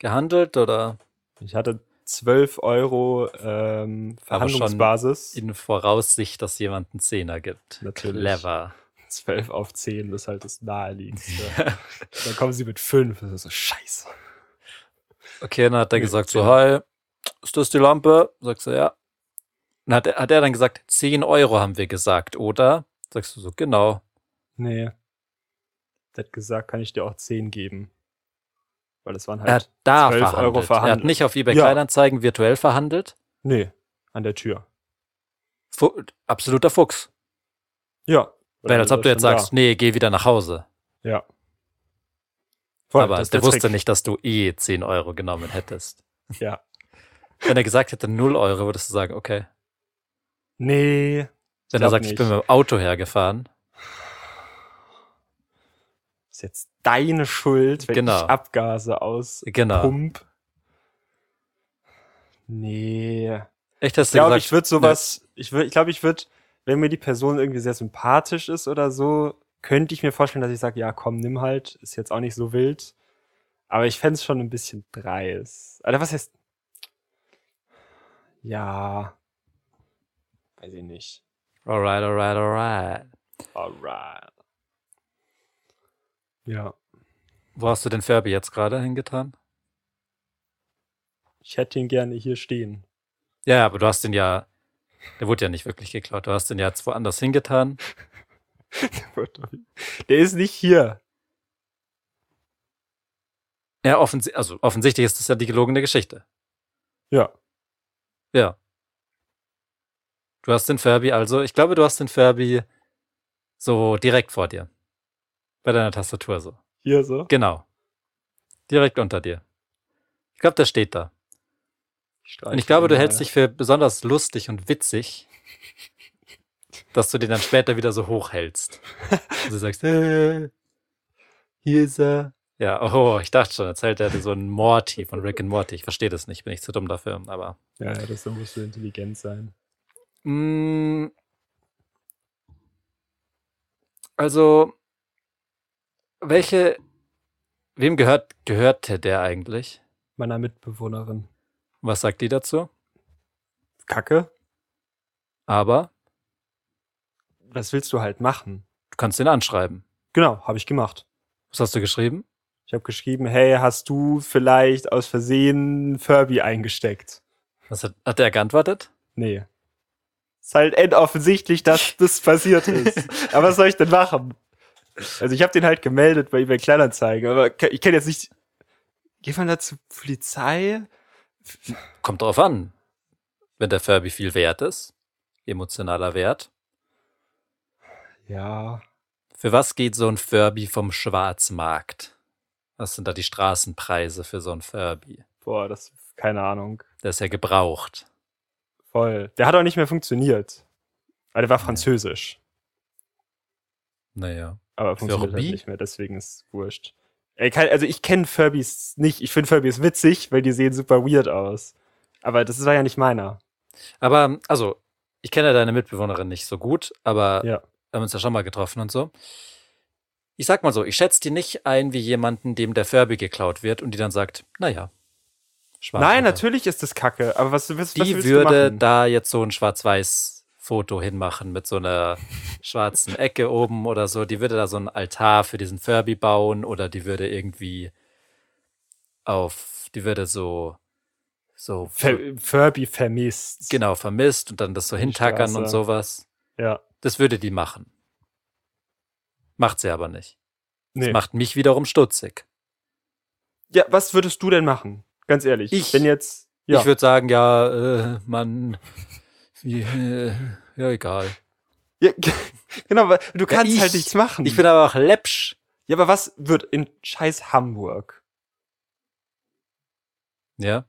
S2: Gehandelt oder
S1: Ich hatte 12 Euro ähm,
S2: Aber schon
S1: Verhandlungsbasis.
S2: in Voraussicht, dass jemand einen Zehner gibt?
S1: Natürlich.
S2: Clever.
S1: 12 auf 10, das ist halt das naheliegendste. Dann kommen sie mit 5, das ist so scheiße.
S2: Okay, dann hat er
S1: Nee,
S2: gesagt so,
S1: zehn.
S2: hi, ist das die Lampe? Sagst du, ja. Und hat, hat er dann gesagt, 10 Euro haben wir gesagt, oder? Sagst du so, genau.
S1: Nee. Der hat gesagt, kann ich dir auch 10 geben. Weil das waren
S2: Er
S1: halt.
S2: hat da
S1: 12 Euro
S2: verhandelt. Er hat
S1: verhandelt.
S2: nicht auf eBay
S1: Ja.
S2: Kleinanzeigen virtuell verhandelt.
S1: Nee, an der Tür.
S2: Fu absoluter Fuchs.
S1: Ja.
S2: Weil als ob du jetzt sagst, nee, geh wieder nach Hause.
S1: Ja. ja. Voll,
S2: Aber
S1: das ist
S2: der,
S1: Trick.
S2: wusste nicht, dass du eh 10 Euro genommen hättest.
S1: Ja.
S2: Wenn er gesagt hätte 0 Euro, würdest du sagen, okay.
S1: Nee.
S2: Wenn
S1: glaub
S2: er sagt, ich
S1: nicht.
S2: bin mit dem Auto hergefahren,
S1: Ist jetzt deine Schuld, wenn
S2: Genau.
S1: ich Abgase aus
S2: genau.
S1: Pump. Nee.
S2: Echt hast
S1: Ich
S2: du
S1: glaube,
S2: gesagt, ne?
S1: ich würde sowas, ich würde, ich glaube, ich würde, wenn mir die Person irgendwie sehr sympathisch ist oder so, könnte ich mir vorstellen, dass ich sage, ja, komm, nimm halt, ist jetzt auch nicht so wild. Aber ich fände es schon ein bisschen dreist. Alter, was heißt? Ja. Weiß ich nicht.
S2: alright, alright, alright.
S1: Alright. Ja.
S2: Wo hast du den Furby jetzt gerade hingetan?
S1: Ich hätte ihn gerne hier stehen. <laughs>
S2: Ja, aber du hast den ja, der wurde ja nicht wirklich geklaut. Du hast den ja jetzt woanders hingetan.
S1: Der ist nicht hier.
S2: Ja, offensi also offensichtlich ist das ja die gelogene Geschichte.
S1: Ja.
S2: Ja. Du hast den Furby also, ich glaube, du hast den Furby so direkt vor dir. Bei deiner Tastatur so.
S1: Hier so.
S2: Genau. Direkt unter dir. Ich glaube, der steht da. Und ich glaube, du hältst dich für besonders lustig und witzig, dass du den dann später wieder so hochhältst. Und du sagst, äh, hier ist er. Ja, oh, ich dachte schon, erzählt er dir so einen Morty von Rick and Morty. Ich verstehe das nicht, bin ich zu dumm dafür, aber.
S1: Ja, ja, das muss so intelligent sein.
S2: Mm, also, welche, wem gehört, gehörte der eigentlich?
S1: Meiner Mitbewohnerin.
S2: Was sagt die dazu?
S1: Kacke.
S2: Aber
S1: Das willst du halt machen.
S2: du kannst ihn anschreiben.
S1: Genau, habe ich gemacht.
S2: Was hast du geschrieben?
S1: Ich habe geschrieben, hey, hast du vielleicht aus Versehen Furby eingesteckt?
S2: Was hat, hat er geantwortet?
S1: Nee. Ist halt endoffensichtlich, <laughs> dass das passiert ist. Aber was soll ich denn machen? Also ich habe den halt gemeldet bei eBay Kleinanzeigen, aber ke- ich kenne jetzt nicht. Geht man da zur Polizei?
S2: Kommt drauf an. Wenn der Furby viel wert ist, emotionaler Wert.
S1: Ja.
S2: Für was geht so ein Furby vom Schwarzmarkt? Was sind da die Straßenpreise für so ein Furby?
S1: Boah, das, keine Ahnung.
S2: Der ist ja gebraucht.
S1: Voll. Der hat auch nicht mehr funktioniert. Weil der war französisch.
S2: Naja.
S1: Aber funktioniert halt
S2: Furby?
S1: nicht mehr, deswegen ist wurscht. Ey, kein- Also ich kenne Furbys nicht. Ich finde Furbys witzig, weil die sehen super weird aus. Aber das war ja nicht meiner.
S2: Aber, also, ich kenne ja deine Mitbewohnerin nicht so gut, aber
S1: Ja.
S2: wir haben uns ja schon mal getroffen und so. Ich sag mal so, ich schätze die nicht ein wie jemanden, dem der Furby geklaut wird und die dann sagt, naja, schwarz.
S1: Nein, natürlich ist das Kacke. Aber was, was, was
S2: die
S1: willst
S2: würde
S1: du machen?
S2: da jetzt so ein Schwarz-Weiß-Foto hinmachen mit
S1: <laughs>
S2: so einer schwarzen Ecke oben oder so. Die würde da so einen Altar für diesen Furby bauen oder die würde irgendwie auf, die würde so, so,
S1: Fer Furby vermisst.
S2: genau, vermisst und dann das so
S1: Die
S2: hintackern und
S1: Straße.
S2: sowas.
S1: Ja.
S2: Das würde die machen. Macht sie aber nicht.
S1: Nee.
S2: Das macht mich wiederum stutzig.
S1: ja, was würdest du denn machen? Ganz ehrlich.
S2: Ich-
S1: Wenn jetzt. Ja.
S2: Ich würde sagen, ja, äh, man, wie, äh, ja, egal.
S1: ja, <laughs> genau, aber du kannst
S2: ich-
S1: halt nichts machen.
S2: Ich bin aber auch läppsch.
S1: ja, aber was wird in scheiß Hamburg?
S2: Ja.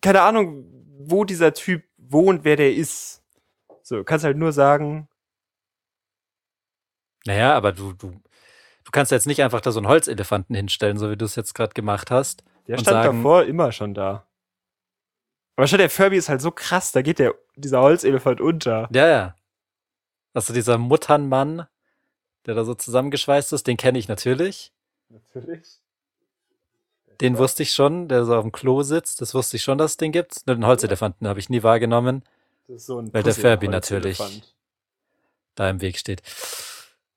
S1: keine Ahnung, wo dieser Typ wohnt, wer der ist. So, kannst halt nur sagen,
S2: Naja, aber du, du, du kannst jetzt nicht einfach da so einen Holzelefanten hinstellen, so wie du es jetzt gerade gemacht hast.
S1: der
S2: Und
S1: stand
S2: sagen-
S1: davor immer schon da. Aber schon der Furby ist halt so krass, da geht der, dieser Holzelefant unter.
S2: Ja, ja. Also dieser Mutternmann, der da so zusammengeschweißt ist, den kenne ich natürlich.
S1: Natürlich.
S2: Den wusste ich schon, der so auf dem Klo sitzt. Das wusste ich schon, dass es den gibt. Nur den Holzelefanten habe ich nie wahrgenommen,
S1: Das ist so ein
S2: Weil der Furby
S1: Pussy-Holzelefant.
S2: natürlich. da im Weg steht.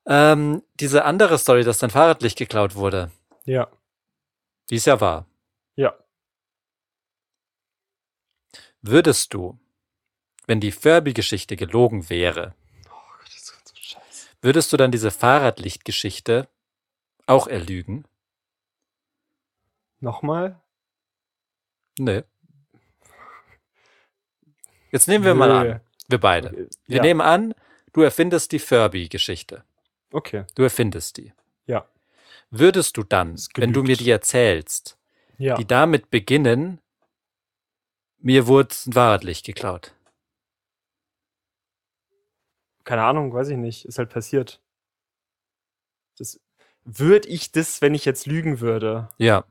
S2: Ähm, diese andere Story, dass dein Fahrradlicht geklaut wurde,
S1: Ja.
S2: die ist ja wahr.
S1: Ja.
S2: Würdest du wenn die Furby-Geschichte gelogen wäre,
S1: Oh Gott, das ist so scheiße.
S2: würdest du dann diese Fahrradlicht-Geschichte auch erlügen?
S1: Nochmal?
S2: Nö. Jetzt nehmen wir mal
S1: Nö.
S2: an, wir beide.
S1: Okay.
S2: Wir
S1: ja.
S2: nehmen an, du erfindest die Furby-Geschichte.
S1: okay.
S2: Du erfindest die.
S1: Ja.
S2: Würdest du dann,
S1: Es
S2: wenn du mir
S1: genügt.
S2: die erzählst,
S1: Ja.
S2: die damit beginnen, mir wurde ein Fahrradlicht geklaut?
S1: Keine Ahnung, weiß ich nicht. Ist halt passiert. Das würde ich das, wenn ich jetzt lügen würde?
S2: Ja.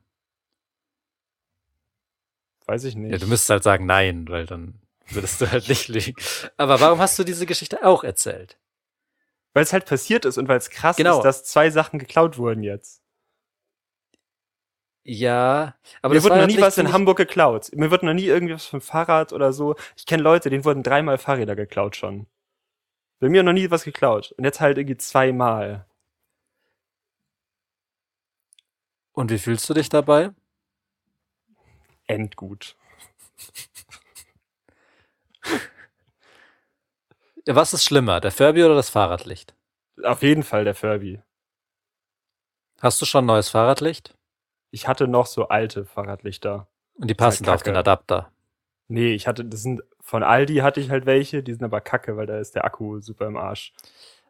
S1: Weiß ich nicht.
S2: ja. Du müsstest halt sagen nein, weil dann würdest du halt nicht lügen. Aber warum hast du diese Geschichte auch erzählt?
S1: Weil es halt passiert ist und weil es krass
S2: Genau.
S1: ist, dass zwei Sachen geklaut wurden jetzt.
S2: Ja, aber
S1: Mir
S2: das
S1: wurde noch nie
S2: Fahrradlicht
S1: was in
S2: find ich-
S1: Hamburg geklaut. Mir wurde noch nie irgendwas vom Fahrrad oder so. Ich kenne Leute, denen wurden dreimal Fahrräder geklaut schon. Bei mir noch nie was geklaut. Und jetzt halt irgendwie zweimal.
S2: Und wie fühlst du dich dabei?
S1: Endgut.
S2: Ja, Was ist schlimmer, der Furby oder das Fahrradlicht?
S1: Auf jeden Fall der Furby.
S2: Hast du schon neues Fahrradlicht?
S1: Ich hatte noch so alte Fahrradlichter.
S2: Und die
S1: halt
S2: passen da auf
S1: Kacke.
S2: den Adapter.
S1: Nee, ich hatte, das sind, von Aldi hatte ich halt welche, die sind aber kacke, weil da ist der Akku super im Arsch.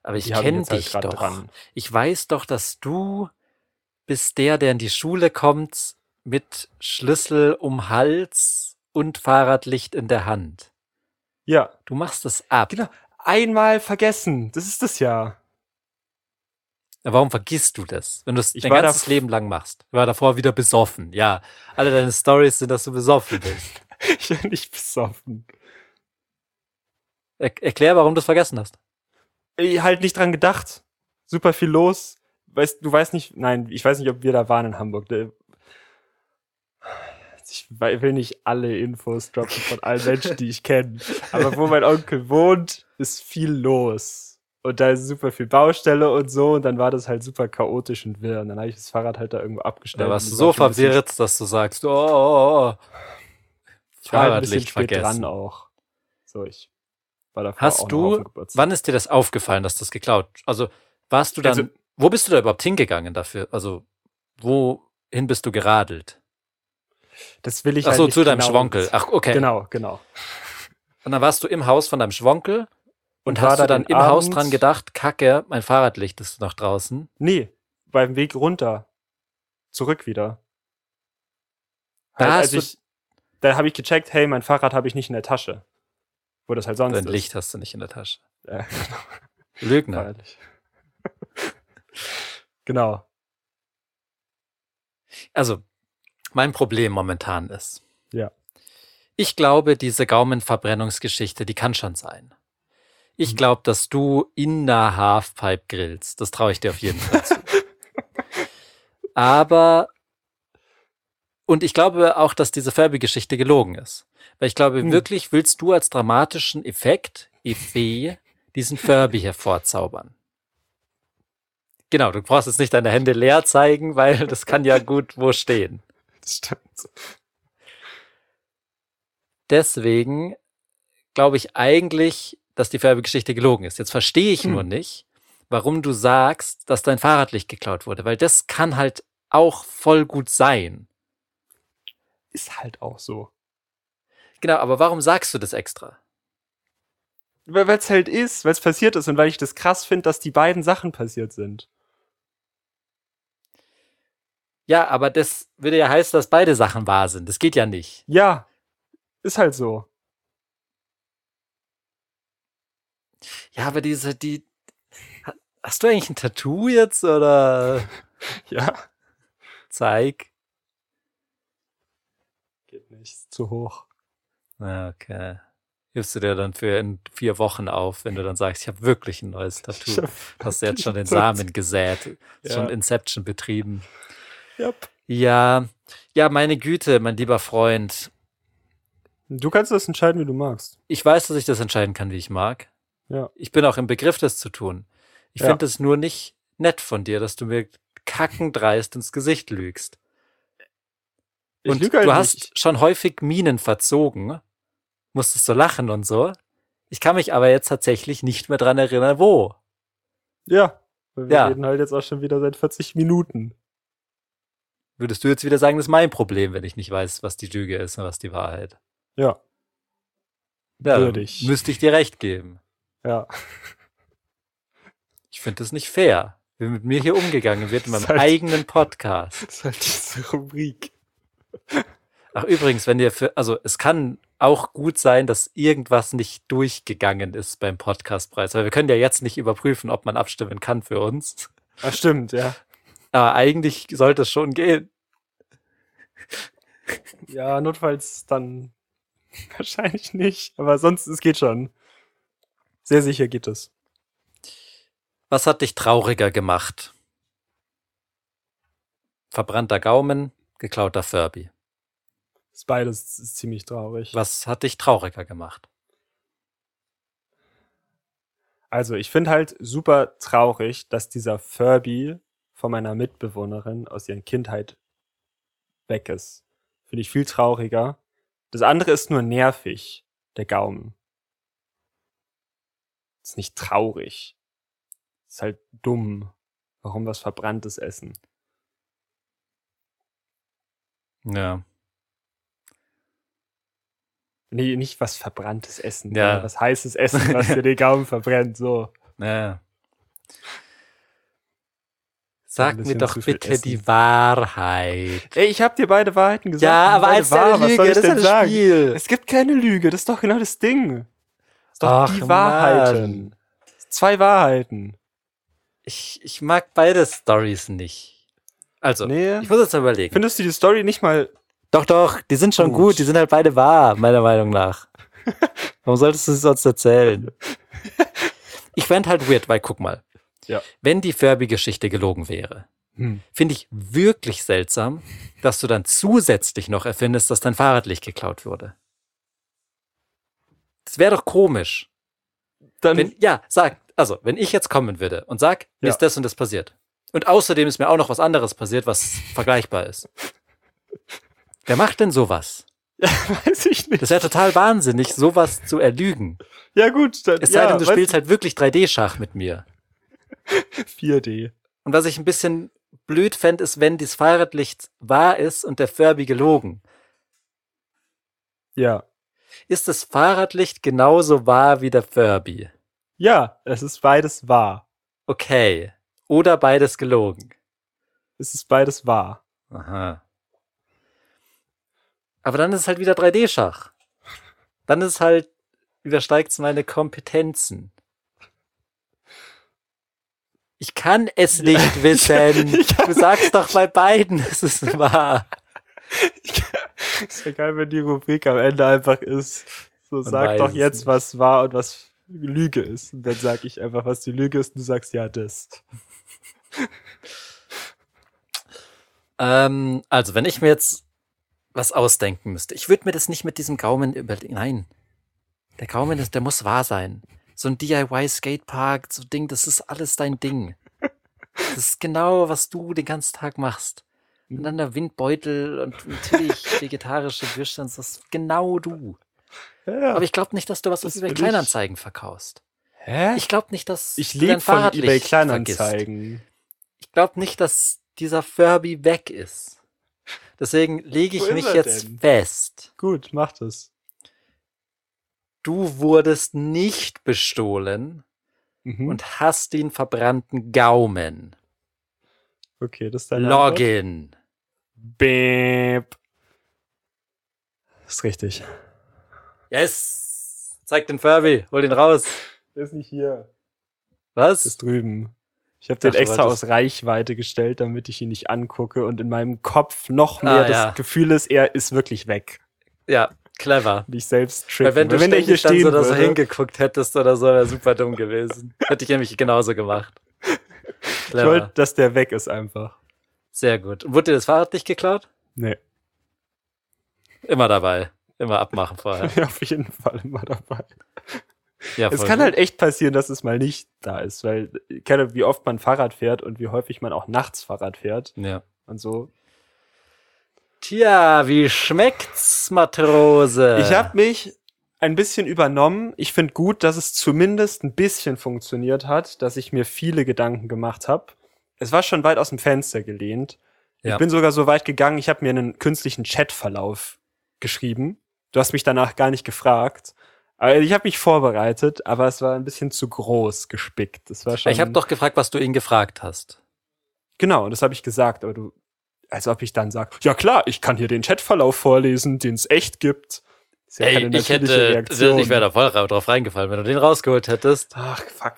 S2: Aber ich
S1: Die habe
S2: kenne
S1: jetzt halt
S2: dich
S1: grad
S2: doch. Ich weiß doch, dass du bist der, der in die Schule kommt mit Schlüssel um Hals und Fahrradlicht in der Hand.
S1: Ja,
S2: Du machst es ab.
S1: Genau. einmal vergessen. Das ist das ja.
S2: Ja, Warum vergisst du das, wenn du es
S1: Ich
S2: dein
S1: war
S2: ganzes
S1: da-
S2: Leben lang machst? Ich war davor wieder besoffen. Ja, alle deine Stories sind, dass du
S1: <laughs>
S2: besoffen bist.
S1: <laughs> Ich bin nicht besoffen.
S2: Er erklär, warum du es vergessen hast.
S1: Ich halt nicht dran gedacht. Super viel los. Weißt, du weißt nicht, nein, ich weiß nicht, ob wir da waren in Hamburg. Der- Ich wei- will nicht alle Infos droppen von allen Menschen, die ich kenne. Aber wo mein Onkel wohnt, ist viel los. Und da ist super viel Baustelle und so. Und dann war das halt super chaotisch und wirr. Und dann habe ich das Fahrrad halt da irgendwo abgestellt.
S2: Da warst
S1: und
S2: du
S1: war
S2: so
S1: schon ein bisschen-
S2: verwirrt, dass du sagst, oh, oh, oh.
S1: Ich war halt ein bisschen
S2: Fahrradlicht
S1: spät dran
S2: vergessen.
S1: auch. So, ich war davor
S2: Hast
S1: auch noch
S2: du-
S1: auf dem Geburtstag.
S2: Wann ist dir das aufgefallen, dass das geklaut? Also warst du dann,
S1: Also-
S2: wo bist du da überhaupt hingegangen dafür? Also wohin bist du geradelt?
S1: Das will ich
S2: Ach
S1: halt
S2: so,
S1: nicht
S2: zu deinem
S1: genau
S2: Schwonkel.
S1: wissen.
S2: Ach, okay.
S1: Genau, genau.
S2: Und dann warst du im Haus von deinem Schwonkel und,
S1: war
S2: hast du dann
S1: den
S2: im Haus
S1: Abend-
S2: dran gedacht, Kacke, mein Fahrradlicht ist noch draußen.
S1: Nee, beim Weg runter. Zurück wieder.
S2: Da
S1: Halt,
S2: hast
S1: als
S2: du-
S1: ich, da habe ich gecheckt, hey, mein Fahrrad habe ich nicht in der Tasche. Wo das halt sonst
S2: Dein
S1: ist.
S2: Licht hast du nicht in der Tasche.
S1: Ja,
S2: Lügner.
S1: feierlich. <laughs> genau.
S2: Also, mein Problem momentan ist.
S1: Ja.
S2: Ich glaube, diese Gaumenverbrennungsgeschichte, die kann schon sein.
S1: Mhm.
S2: Ich glaube, dass du in der Halfpipe grillst. Das traue ich dir auf jeden Fall
S1: <laughs>
S2: zu. Aber, und ich glaube auch, dass diese Furby-Geschichte gelogen ist. Weil ich glaube,
S1: Hm.
S2: wirklich willst du als dramatischen Effekt, Effet, diesen Furby hervorzaubern. Genau, du brauchst jetzt nicht deine Hände leer zeigen, weil das kann ja gut wo stehen.
S1: Das stimmt.
S2: deswegen glaube ich eigentlich, dass die Färbegeschichte gelogen ist. Jetzt verstehe ich
S1: Hm.
S2: nur nicht, warum du sagst, dass dein Fahrradlicht geklaut wurde, weil das kann halt auch voll gut sein.
S1: Ist halt auch so.
S2: Genau, aber warum sagst du das extra?
S1: Weil es halt ist, weil es passiert ist und weil ich das krass finde, dass die beiden Sachen passiert sind.
S2: Ja, aber das würde ja heißen, dass beide Sachen wahr sind. Das geht ja nicht.
S1: Ja, ist halt so. <laughs>
S2: Ja, aber diese, die. Ha- Hast du eigentlich ein Tattoo jetzt oder
S1: Ja.
S2: zeig?
S1: Geht nicht. Ist zu hoch.
S2: Na, Okay. Hilfst du dir dann für in vier Wochen auf, wenn du dann sagst, ich habe wirklich ein neues Tattoo.
S1: Ich hab-
S2: Hast du jetzt schon den
S1: Das-
S2: Samen gesät,
S1: Ja.
S2: schon Inception betrieben.
S1: Yep.
S2: Ja, ja, meine Güte, mein lieber Freund.
S1: <laughs> Du kannst das entscheiden, wie du magst.
S2: Ich weiß, dass ich das entscheiden kann, wie ich mag.
S1: Ja.
S2: Ich bin auch im Begriff, das zu tun. Ich
S1: Ja.
S2: finde es nur nicht nett von dir, dass du mir kackendreist ins Gesicht lügst.
S1: Ich
S2: und
S1: lüge halt
S2: du
S1: nicht.
S2: hast schon häufig Minen verzogen, musstest so lachen und so. Ich kann mich aber jetzt tatsächlich nicht mehr dran erinnern, wo.
S1: Ja. weil Wir
S2: Ja.
S1: reden halt jetzt auch schon wieder seit 40 Minuten.
S2: Würdest du jetzt wieder sagen, das ist mein Problem, wenn ich nicht weiß, was die Lüge ist und was die Wahrheit?
S1: Ja.
S2: Ja,
S1: Würde ich.
S2: Müsste ich dir recht geben.
S1: Ja.
S2: Ich finde das nicht fair, wie mit mir hier umgegangen wird in meinem
S1: <laughs> Seit-
S2: eigenen Podcast.
S1: <laughs> Das ist halt diese Rubrik.
S2: Ach, übrigens, wenn ihr für, also es kann auch gut sein, dass irgendwas nicht durchgegangen ist beim Podcastpreis, weil wir können ja jetzt nicht überprüfen, ob man abstimmen kann für uns.
S1: Ah, stimmt, ja.
S2: Aber eigentlich sollte es schon gehen.
S1: Ja, notfalls dann <laughs> wahrscheinlich nicht. Aber sonst, es geht schon. Sehr sicher geht es.
S2: Was hat dich trauriger gemacht? Verbrannter Gaumen, geklauter Furby.
S1: Ist beides ist ziemlich traurig.
S2: Was hat dich trauriger gemacht?
S1: Also, ich finde halt super traurig, dass dieser Furby von meiner Mitbewohnerin aus ihrer Kindheit weg ist. Finde ich viel trauriger. Das andere ist nur nervig, der Gaumen. Ist nicht traurig. Ist halt dumm. Warum was Verbranntes essen?
S2: Ja.
S1: Nee, nicht was Verbranntes essen.
S2: Ja.
S1: sondern Was heißes Essen, was dir den Gaumen verbrennt, so.
S2: ja.
S1: Ein
S2: Sag mir
S1: bisschen
S2: doch
S1: zu viel
S2: bitte
S1: Essen.
S2: die Wahrheit.
S1: Ey, ich hab dir beide Wahrheiten gesagt.
S2: Ja,
S1: und
S2: aber
S1: beide
S2: als eine
S1: wahr. Was soll
S2: Lüge,
S1: ich
S2: das ist
S1: denn
S2: ein
S1: sagen?
S2: Spiel.
S1: Es gibt keine Lüge, das ist doch genau das Ding. Das ist doch
S2: Ach,
S1: die Wahrheiten.
S2: Mann.
S1: Zwei Wahrheiten.
S2: Ich, ich mag beide Stories nicht. Also,
S1: Nee.
S2: ich muss jetzt mal überlegen.
S1: Findest du die Story nicht mal.
S2: doch, doch, die sind schon
S1: Gut.
S2: gut. Die sind halt beide wahr, meiner
S1: <laughs>
S2: Meinung nach. Warum solltest du es sonst erzählen? Ich fände halt weird, weil guck mal.
S1: Ja.
S2: Wenn die Furby-Geschichte gelogen wäre,
S1: Hm.
S2: finde ich wirklich seltsam, dass du dann zusätzlich noch erfindest, dass dein Fahrradlicht geklaut wurde. Das wäre doch komisch.
S1: Dann.
S2: wenn, ja, sag, also, wenn ich jetzt kommen würde und sag, mir
S1: Ja.
S2: ist das und das passiert. Und außerdem ist mir auch noch was anderes passiert, was vergleichbar ist. Wer macht denn sowas?
S1: weiß ich nicht.
S2: Das wäre total wahnsinnig, sowas zu erlügen.
S1: Ja, gut. Dann,
S2: Es
S1: ja,
S2: sei denn, du
S1: weiß
S2: spielst halt wirklich 3D-Schach mit mir.
S1: ich, 4D.
S2: Und was ich ein bisschen blöd fänd, ist, wenn dieses Fahrradlicht wahr ist und der Furby gelogen.
S1: Ja.
S2: Ist das Fahrradlicht genauso wahr wie der Furby?
S1: Ja, es ist beides wahr.
S2: Okay. Oder beides gelogen.
S1: Es ist beides wahr.
S2: Aha. Aber dann ist es halt wieder 3D-Schach. Dann ist es halt, übersteigt es meine Kompetenzen. Ich kann
S1: <laughs>
S2: es nicht wissen.
S1: ich kann-
S2: du sagst doch bei beiden, es ist wahr.
S1: Ist ja geil, wenn die Rubrik am Ende einfach ist. So, sag
S2: weiß
S1: doch
S2: es
S1: jetzt,
S2: nicht.
S1: was wahr und was Lüge ist. Und dann sag ich einfach, was die Lüge ist und du sagst ja das.
S2: Ähm, also, wenn ich mir jetzt was ausdenken müsste, ich würde mir das nicht mit diesem Gaumen überlegen. Nein. Der Gaumen, ist, der muss wahr sein. So ein DIY-Skatepark, so Ding, das ist alles dein Ding. Das ist genau, was du den ganzen Tag machst.
S1: Mhm.
S2: Und dann der Windbeutel und
S1: <laughs>
S2: natürlich vegetarische Würstchen, das ist genau du.
S1: Ja, ja.
S2: Aber ich glaube nicht, dass du was
S1: Das
S2: auf eBay
S1: bin ich.
S2: Kleinanzeigen verkaufst.
S1: Hä?
S2: Ich glaube nicht, dass
S1: Ich
S2: du dein
S1: lebe von
S2: Fahrradlicht
S1: eBay
S2: vergisst
S1: Kleinanzeigen.
S2: ich glaube nicht, dass dieser Furby weg ist. Deswegen lege
S1: Wo
S2: ich
S1: ist
S2: mich
S1: er
S2: jetzt
S1: denn?
S2: fest.
S1: Gut, mach das.
S2: Du wurdest nicht bestohlen
S1: Mhm.
S2: und hast den verbrannten Gaumen.
S1: okay, das ist dein
S2: Login.
S1: Beep. Ist richtig.
S2: Yes. Zeig den Furby. Hol den raus.
S1: Der ist nicht hier. Das
S2: Was?
S1: ist drüben. Ich habe den
S2: Ach, du
S1: extra aus
S2: wolltest-
S1: Reichweite gestellt, damit ich ihn nicht angucke und in meinem Kopf noch mehr
S2: Ah,
S1: das
S2: ja.
S1: Gefühl ist, er ist wirklich weg.
S2: Ja, clever.
S1: Und ich selbst tricken.
S2: Weil wenn du
S1: der
S2: ständig
S1: hier
S2: dann
S1: stehen
S2: so da so
S1: würde,
S2: hingeguckt hättest oder so, wäre super dumm gewesen. Hätte ich nämlich genauso gemacht.
S1: ich wollte,
S2: Clever.
S1: dass der weg ist einfach.
S2: Sehr gut. Wurde dir das Fahrrad nicht geklaut?
S1: Nee,
S2: Immer dabei. Immer abmachen vorher.
S1: <laughs> auf jeden Fall immer dabei.
S2: Ja,
S1: Es
S2: voll
S1: kann
S2: gut.
S1: halt echt passieren, dass es mal nicht da ist, weil ich kenne, wie oft man Fahrrad fährt und wie häufig man auch nachts Fahrrad fährt
S2: Ja.
S1: und so.
S2: Tja, wie schmeckt's, Matrose? Äh.
S1: Ich habe mich ein bisschen übernommen. Ich finde gut, dass es zumindest ein bisschen funktioniert hat, dass ich mir viele Gedanken gemacht habe. Es war schon weit aus dem Fenster gelehnt.
S2: Ja.
S1: Ich bin sogar so weit gegangen, ich habe mir einen künstlichen Chatverlauf geschrieben. Du hast mich danach gar nicht gefragt. Aber ich habe mich vorbereitet, aber es war ein bisschen zu groß gespickt. Das war schon
S2: Ich habe doch gefragt, was du ihn gefragt hast.
S1: Genau, das habe ich gesagt, aber du, als ob ich dann sag, ja klar, ich kann hier den Chatverlauf vorlesen, den es echt gibt. Ist ja keine natürliche Reaktion.
S2: ich wäre da voll ra- drauf reingefallen, wenn du den rausgeholt
S1: <laughs>
S2: hättest.
S1: Ach, fuck.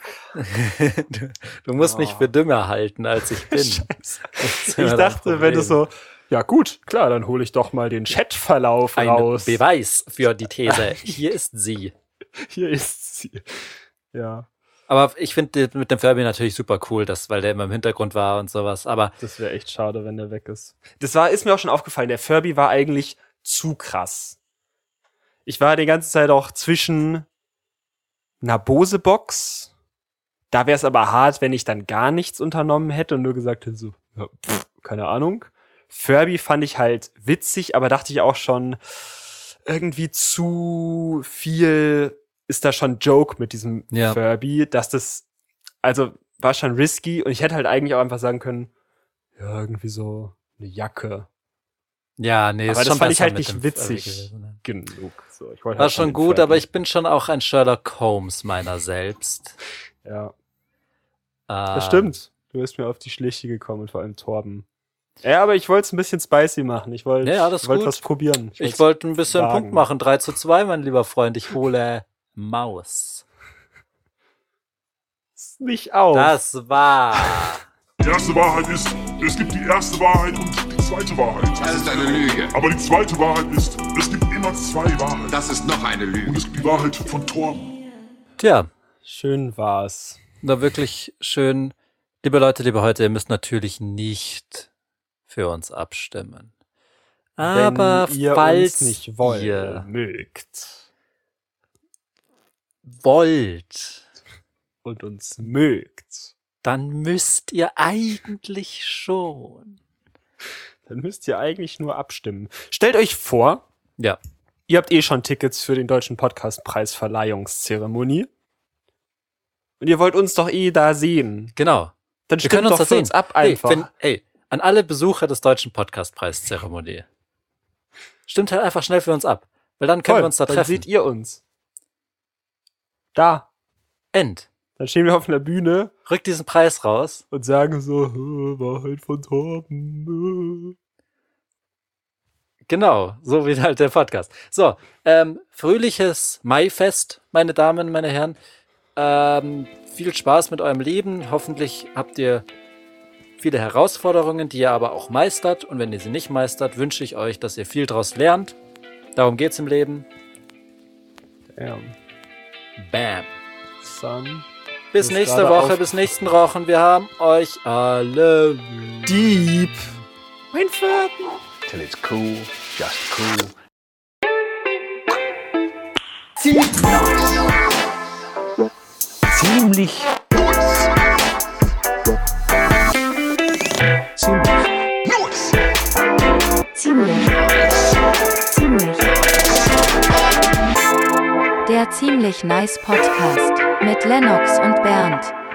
S2: du, du musst mich
S1: Oh.
S2: für dümmer halten, als ich
S1: <laughs>
S2: bin.
S1: Scheiße.
S2: Das ist immer
S1: Ich
S2: das
S1: dachte, wenn du so,
S2: Problem.
S1: ja gut, klar, dann hole ich doch mal den Chatverlauf
S2: ein
S1: raus.
S2: Beweis für die These. Hier ist sie.
S1: Hier ist sie. Ja,
S2: Aber ich finde mit dem Furby natürlich super cool, das, weil der immer im Hintergrund war und sowas. Aber
S1: das wäre echt schade, wenn der weg ist. Das war, ist mir auch schon aufgefallen, der Furby war eigentlich zu krass. Ich war die ganze Zeit auch zwischen einer Bose-Box. Da wäre es aber hart, wenn ich dann gar nichts unternommen hätte und nur gesagt hätte, so, ja, pff, keine Ahnung. Furby fand ich halt witzig, aber dachte ich auch schon, irgendwie zu viel ist da schon Joke mit diesem
S2: Ja.
S1: Furby, dass das, also war schon risky und ich hätte halt eigentlich auch einfach sagen können, ja, irgendwie so eine Jacke.
S2: ja, nee,
S1: Aber
S2: ist
S1: das
S2: schon
S1: fand ich
S2: besser
S1: halt
S2: mit
S1: nicht
S2: dem
S1: witzig.
S2: Furby gewesen, ne?
S1: Genug. So, ich wollte
S2: War
S1: halt
S2: schon
S1: den
S2: gut,
S1: Furby.
S2: aber ich bin schon auch ein Sherlock Holmes meiner selbst.
S1: Ja,
S2: Ähm,
S1: das stimmt. Du bist mir auf die Schliche gekommen und vor allem Torben. Ja, aber ich wollte es ein bisschen spicy machen. Ich wollte
S2: Ja, alles
S1: ich wollte
S2: gut.
S1: was probieren.
S2: Ich wollte ein bisschen
S1: wagen.
S2: Punkt machen. 3 zu 2, mein lieber Freund. Ich hole Maus.
S1: es nicht auf.
S2: Das war.
S3: Die erste Wahrheit ist, es gibt die erste Wahrheit und die zweite Wahrheit.
S5: Das ist eine Lüge.
S3: Aber die zweite Wahrheit ist, es gibt immer zwei Wahrheiten.
S5: Das ist noch eine
S3: Und
S5: Lüge.
S3: es gibt die Wahrheit von Torben.
S2: Tja,
S1: Schön war's.
S2: Na, wirklich schön. Liebe Leute, liebe heute, ihr müsst natürlich nicht für uns abstimmen. Aber
S1: Wenn ihr uns
S2: falls
S1: nicht wollt,
S2: ihr
S1: mögt
S2: wollt,
S1: und uns mögt,
S2: dann müsst ihr eigentlich schon.
S1: dann müsst ihr eigentlich nur abstimmen. Stellt euch vor,
S2: Ja.
S1: ihr habt eh schon Tickets für den deutschen Podcastpreis Verleihungszeremonie. Und ihr wollt uns doch eh da sehen.
S2: Genau.
S1: Dann
S2: Wir
S1: stimmt
S2: können uns
S1: doch
S2: das
S1: für
S2: sehen.
S1: uns ab
S2: Hey,
S1: einfach.
S2: wenn, hey, an alle Besucher des deutschen Podcastpreiszeremonie. Stimmt halt einfach schnell für uns ab. Weil dann können
S1: Voll.
S2: wir uns da
S1: dann
S2: treffen.
S1: seht ihr uns. Da.
S2: End.
S1: Dann stehen wir auf einer Bühne
S2: Rückt diesen Preis raus.
S1: und sagen so, "Äh, Wahrheit von Torben.
S2: Genau, so wie halt der Podcast. So, ähm, fröhliches Maifest, meine Damen, meine Herren. Ähm, viel Spaß mit eurem Leben. Hoffentlich habt ihr viele Herausforderungen, die ihr aber auch meistert. Und wenn ihr sie nicht meistert, wünsche ich euch, dass ihr viel daraus lernt. Darum geht's im Leben.
S1: äh." Ja.
S2: Bam.
S1: Sam.
S2: Bis
S1: Ist
S2: nächste
S1: gerade
S2: Woche,
S1: auf-
S2: bis nächsten Wochen. Wir haben euch alle lieb.
S1: Deep. Mein Pferd.
S5: Till it's cool, just cool.
S6: ziemlich
S7: Ziemlich. Ziemlich. Der ziemlich nice Podcast mit Lennox und Bernd.